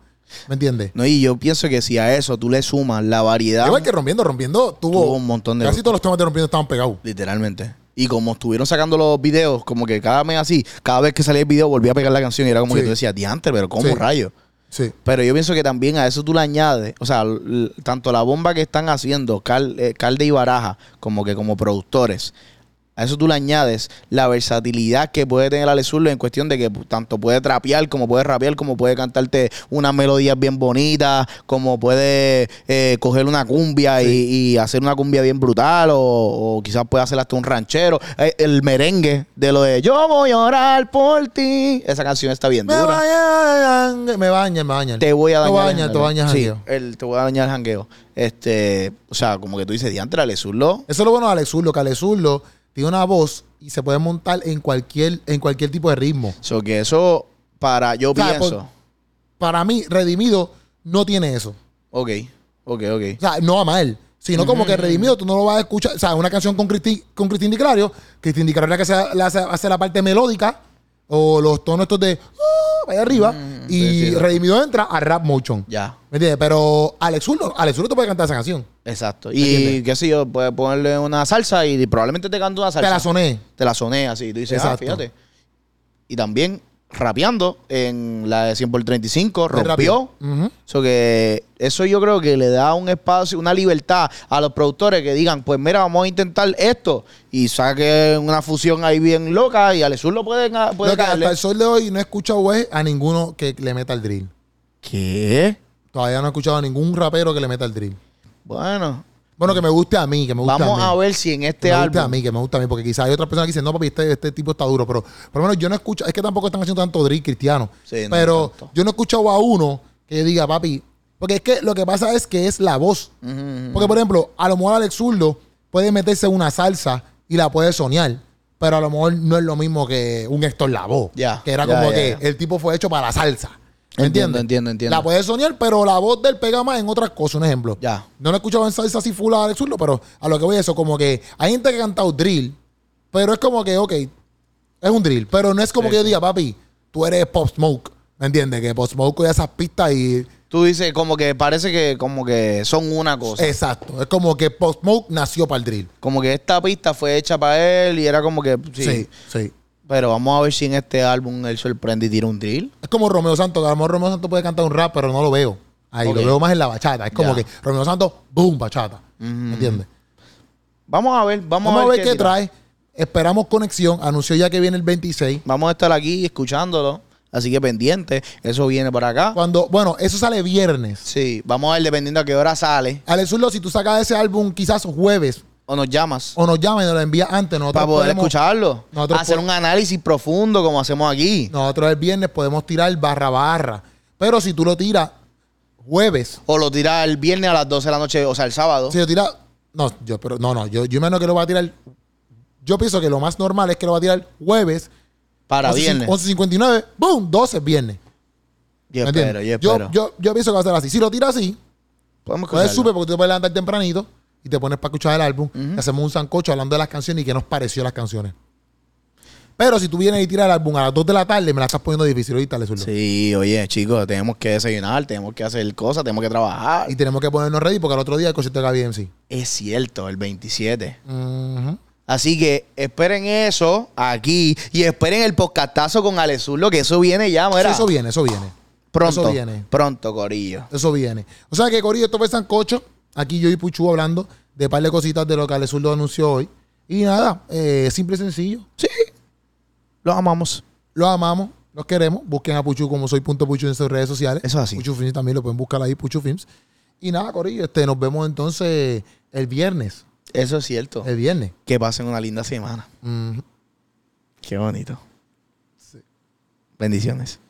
Speaker 1: ¿Me entiendes?
Speaker 2: No, y yo pienso que si a eso tú le sumas la variedad.
Speaker 1: Igual que Rompiendo, Rompiendo tuvo,
Speaker 2: Tuvo un montón de-
Speaker 1: Casi todos los temas de Rompiendo estaban pegados.
Speaker 2: Literalmente. Y como estuvieron sacando los videos, como que cada mes así, cada vez que salía el video volvía a pegar la canción y era como
Speaker 1: Sí.
Speaker 2: que tú decías, diantre, pero ¿cómo
Speaker 1: Sí.
Speaker 2: rayo?
Speaker 1: Sí.
Speaker 2: Pero yo pienso que también a eso tú le añades, o sea, l- tanto la bomba que están haciendo Cal- eh, Calde y Baraja, como que como productores, a eso tú le añades la versatilidad que puede tener Ale Zurdo en cuestión de que pues, tanto puede trapear, como puede rapear, como puede cantarte unas melodías bien bonitas, como puede eh, coger una cumbia y- y, hacer una cumbia bien brutal, o, o quizás puede hacer hasta un ranchero. Eh, el merengue de lo de Yo voy a orar por ti. Esa canción está bien
Speaker 1: Me
Speaker 2: dura.
Speaker 1: bañan, me bañan, me bañan.
Speaker 2: Te voy a dañar.
Speaker 1: Te
Speaker 2: el
Speaker 1: bañan, te
Speaker 2: jangueo.
Speaker 1: bañan,
Speaker 2: Sí,
Speaker 1: jangueo.
Speaker 2: el- te voy a dañar el jangueo. Este, o sea, como que tú dices, diantra, le zurló.
Speaker 1: Eso es lo bueno de Alex Zurdo, que Alex Zurdo tiene una voz y se puede montar en cualquier, en cualquier tipo de ritmo.
Speaker 2: So que eso, para, yo
Speaker 1: O sea,
Speaker 2: pienso.
Speaker 1: Para mí, Redimido no tiene eso.
Speaker 2: Ok, ok, ok.
Speaker 1: O sea, no va mal. Sino como que Redimido tú no lo vas a escuchar. O sea, una canción con Cristín con Cristín Di Clario. Cristín Di Clario es la que hace, la hace- hace la parte melódica o los tonos estos de ah, para allá arriba. y
Speaker 2: sí, sí.
Speaker 1: Redimido entra a rap motion.
Speaker 2: Ya,
Speaker 1: ¿Me entiendes? Pero Alex Zurdo, Alex Zurdo te puede cantar esa canción.
Speaker 2: exacto. Y qué sé yo, puedes ponerle una salsa y probablemente te canto una salsa.
Speaker 1: Te la soné.
Speaker 2: Te la soné así. Tú dices, ah,
Speaker 1: Exacto.
Speaker 2: fíjate. Y también rapeando en la de 100 por 35,
Speaker 1: Te rapió.
Speaker 2: rompió.
Speaker 1: Ujú.
Speaker 2: So que eso yo creo que le da un espacio, una libertad a los productores que digan, pues mira, vamos a intentar esto y saquen una fusión ahí bien loca y al sur lo pueden,
Speaker 1: Lo
Speaker 2: pueden
Speaker 1: que hasta
Speaker 2: caerle.
Speaker 1: el sol de hoy no he escuchado es a ninguno que le meta el drill.
Speaker 2: ¿Qué?
Speaker 1: Todavía no he escuchado a ningún rapero que le meta el drill.
Speaker 2: Bueno,
Speaker 1: Bueno, que me guste a mí, que me guste a mí.
Speaker 2: vamos a ver si en
Speaker 1: Que
Speaker 2: este
Speaker 1: me gusta a
Speaker 2: álbum...
Speaker 1: mí, que me gusta a mí, porque quizás hay otras personas que dicen, no, papi, este, este tipo está duro, pero por lo menos yo no escucho, es que tampoco están haciendo tanto drill cristiano,
Speaker 2: Sí, no
Speaker 1: pero
Speaker 2: tanto.
Speaker 1: yo no he escuchado a uno que diga, papi, porque es que lo que pasa es que es la voz. Porque, por ejemplo, a lo mejor Alex Zurdo puede meterse una salsa y la puede soñar, pero a lo mejor no es lo mismo que un Héctor Lavoe,
Speaker 2: Ya,
Speaker 1: que era
Speaker 2: ya,
Speaker 1: como
Speaker 2: ya,
Speaker 1: que
Speaker 2: ya.
Speaker 1: el tipo fue hecho para la salsa. ¿Me
Speaker 2: Entiendo,
Speaker 1: entiendes?
Speaker 2: entiendo, entiendo.
Speaker 1: La puede soñar, pero la voz del pega más en otras cosas, un ejemplo.
Speaker 2: Ya.
Speaker 1: No lo he escuchado en salsa así full a Alex Zurdo, pero a lo que voy es eso, como que hay gente que ha cantado drill, pero es como que, ok, es un drill, pero no es como
Speaker 2: Sí,
Speaker 1: que yo
Speaker 2: sí.
Speaker 1: diga, papi, tú eres Pop Smoke, ¿me entiendes? Que Pop Smoke cogía esas pistas y...
Speaker 2: Tú dices como que parece que como que son una
Speaker 1: Eh.
Speaker 2: cosa.
Speaker 1: Exacto, es como que Pop Smoke nació para el drill.
Speaker 2: Como que esta pista fue hecha para él y era como que... Sí.
Speaker 1: Sí, sí.
Speaker 2: Pero vamos a ver si en este álbum él sorprende y tira un drill.
Speaker 1: Es como Romeo Santos, que a lo mejor Romeo Santos puede cantar un rap, pero no lo veo. Ahí
Speaker 2: Ok.
Speaker 1: lo veo más en la bachata. Es como
Speaker 2: Ya.
Speaker 1: que Romeo Santos, boom, bachata. ¿Me entiendes?
Speaker 2: Vamos a ver, vamos,
Speaker 1: Vamos, a ver qué,
Speaker 2: tira.
Speaker 1: trae. Esperamos conexión. Anunció ya que viene el 26.
Speaker 2: Vamos a estar aquí escuchándolo. Así que pendiente. Eso viene para acá.
Speaker 1: Cuando, bueno, eso sale viernes.
Speaker 2: Sí, vamos a ver dependiendo a qué hora sale.
Speaker 1: Alex Zurdo, si tú sacas ese álbum quizás jueves
Speaker 2: O nos llamas.
Speaker 1: o nos llamas y nos lo envías antes, nosotros
Speaker 2: para poder
Speaker 1: podemos-
Speaker 2: escucharlo.
Speaker 1: nosotros
Speaker 2: Hacer
Speaker 1: po-
Speaker 2: un análisis profundo como hacemos aquí.
Speaker 1: Nosotros el viernes podemos tirar barra barra. Pero si tú lo tiras jueves,
Speaker 2: O lo tira el viernes a las 12 de la noche, o sea, el sábado.
Speaker 1: si lo tiras. No, yo, pero no, no, yo, yo imagino que lo va a tirar. Yo pienso que lo más normal es que lo va a tirar jueves.
Speaker 2: Para
Speaker 1: 11,
Speaker 2: viernes.
Speaker 1: 11.59, boom, 12 viernes.
Speaker 2: Yo
Speaker 1: ¿me
Speaker 2: espero,
Speaker 1: entiendes?
Speaker 2: yo
Speaker 1: yo,
Speaker 2: espero.
Speaker 1: yo- yo pienso que va a ser así. Si lo tiras así,
Speaker 2: Podemos
Speaker 1: pues es
Speaker 2: escucharlo.
Speaker 1: súper porque tú te puedes levantar tempranito y te pones para escuchar el álbum. y hacemos un sancocho hablando de las canciones y qué nos pareció las canciones. Pero si tú vienes y tiras el álbum a las 2 de la tarde, me la estás poniendo difícil ahorita, le suelo.
Speaker 2: Sí, oye, chicos, tenemos que desayunar, tenemos que hacer cosas, tenemos que trabajar.
Speaker 1: Y tenemos que ponernos ready porque al otro día el concierto de Gaby MC.
Speaker 2: Es cierto, el 27.
Speaker 1: Ujú.
Speaker 2: Así que esperen eso aquí y esperen el podcastazo con Alezurlo, que eso viene ya,
Speaker 1: Sí,
Speaker 2: mira.
Speaker 1: eso viene, eso viene.
Speaker 2: Pronto.
Speaker 1: Eso viene.
Speaker 2: Pronto, Corillo.
Speaker 1: Eso viene. O sea que, Corillo, esto fue Sancocho. Aquí yo y Puchu hablando de par de cositas de lo que Alessur lo anunció hoy. Y nada, eh, simple y sencillo.
Speaker 2: Sí. Los amamos.
Speaker 1: Los amamos, los queremos. Busquen a Puchu como soy punto Puchu en sus redes sociales.
Speaker 2: Eso es así.
Speaker 1: Puchu Films también lo pueden buscar ahí, Puchu Films. Y nada, Corillo, este, nos vemos entonces el viernes.
Speaker 2: Eso es cierto.
Speaker 1: El viernes.
Speaker 2: Que pasen una linda semana.
Speaker 1: Mm.
Speaker 2: Qué bonito. Bendiciones.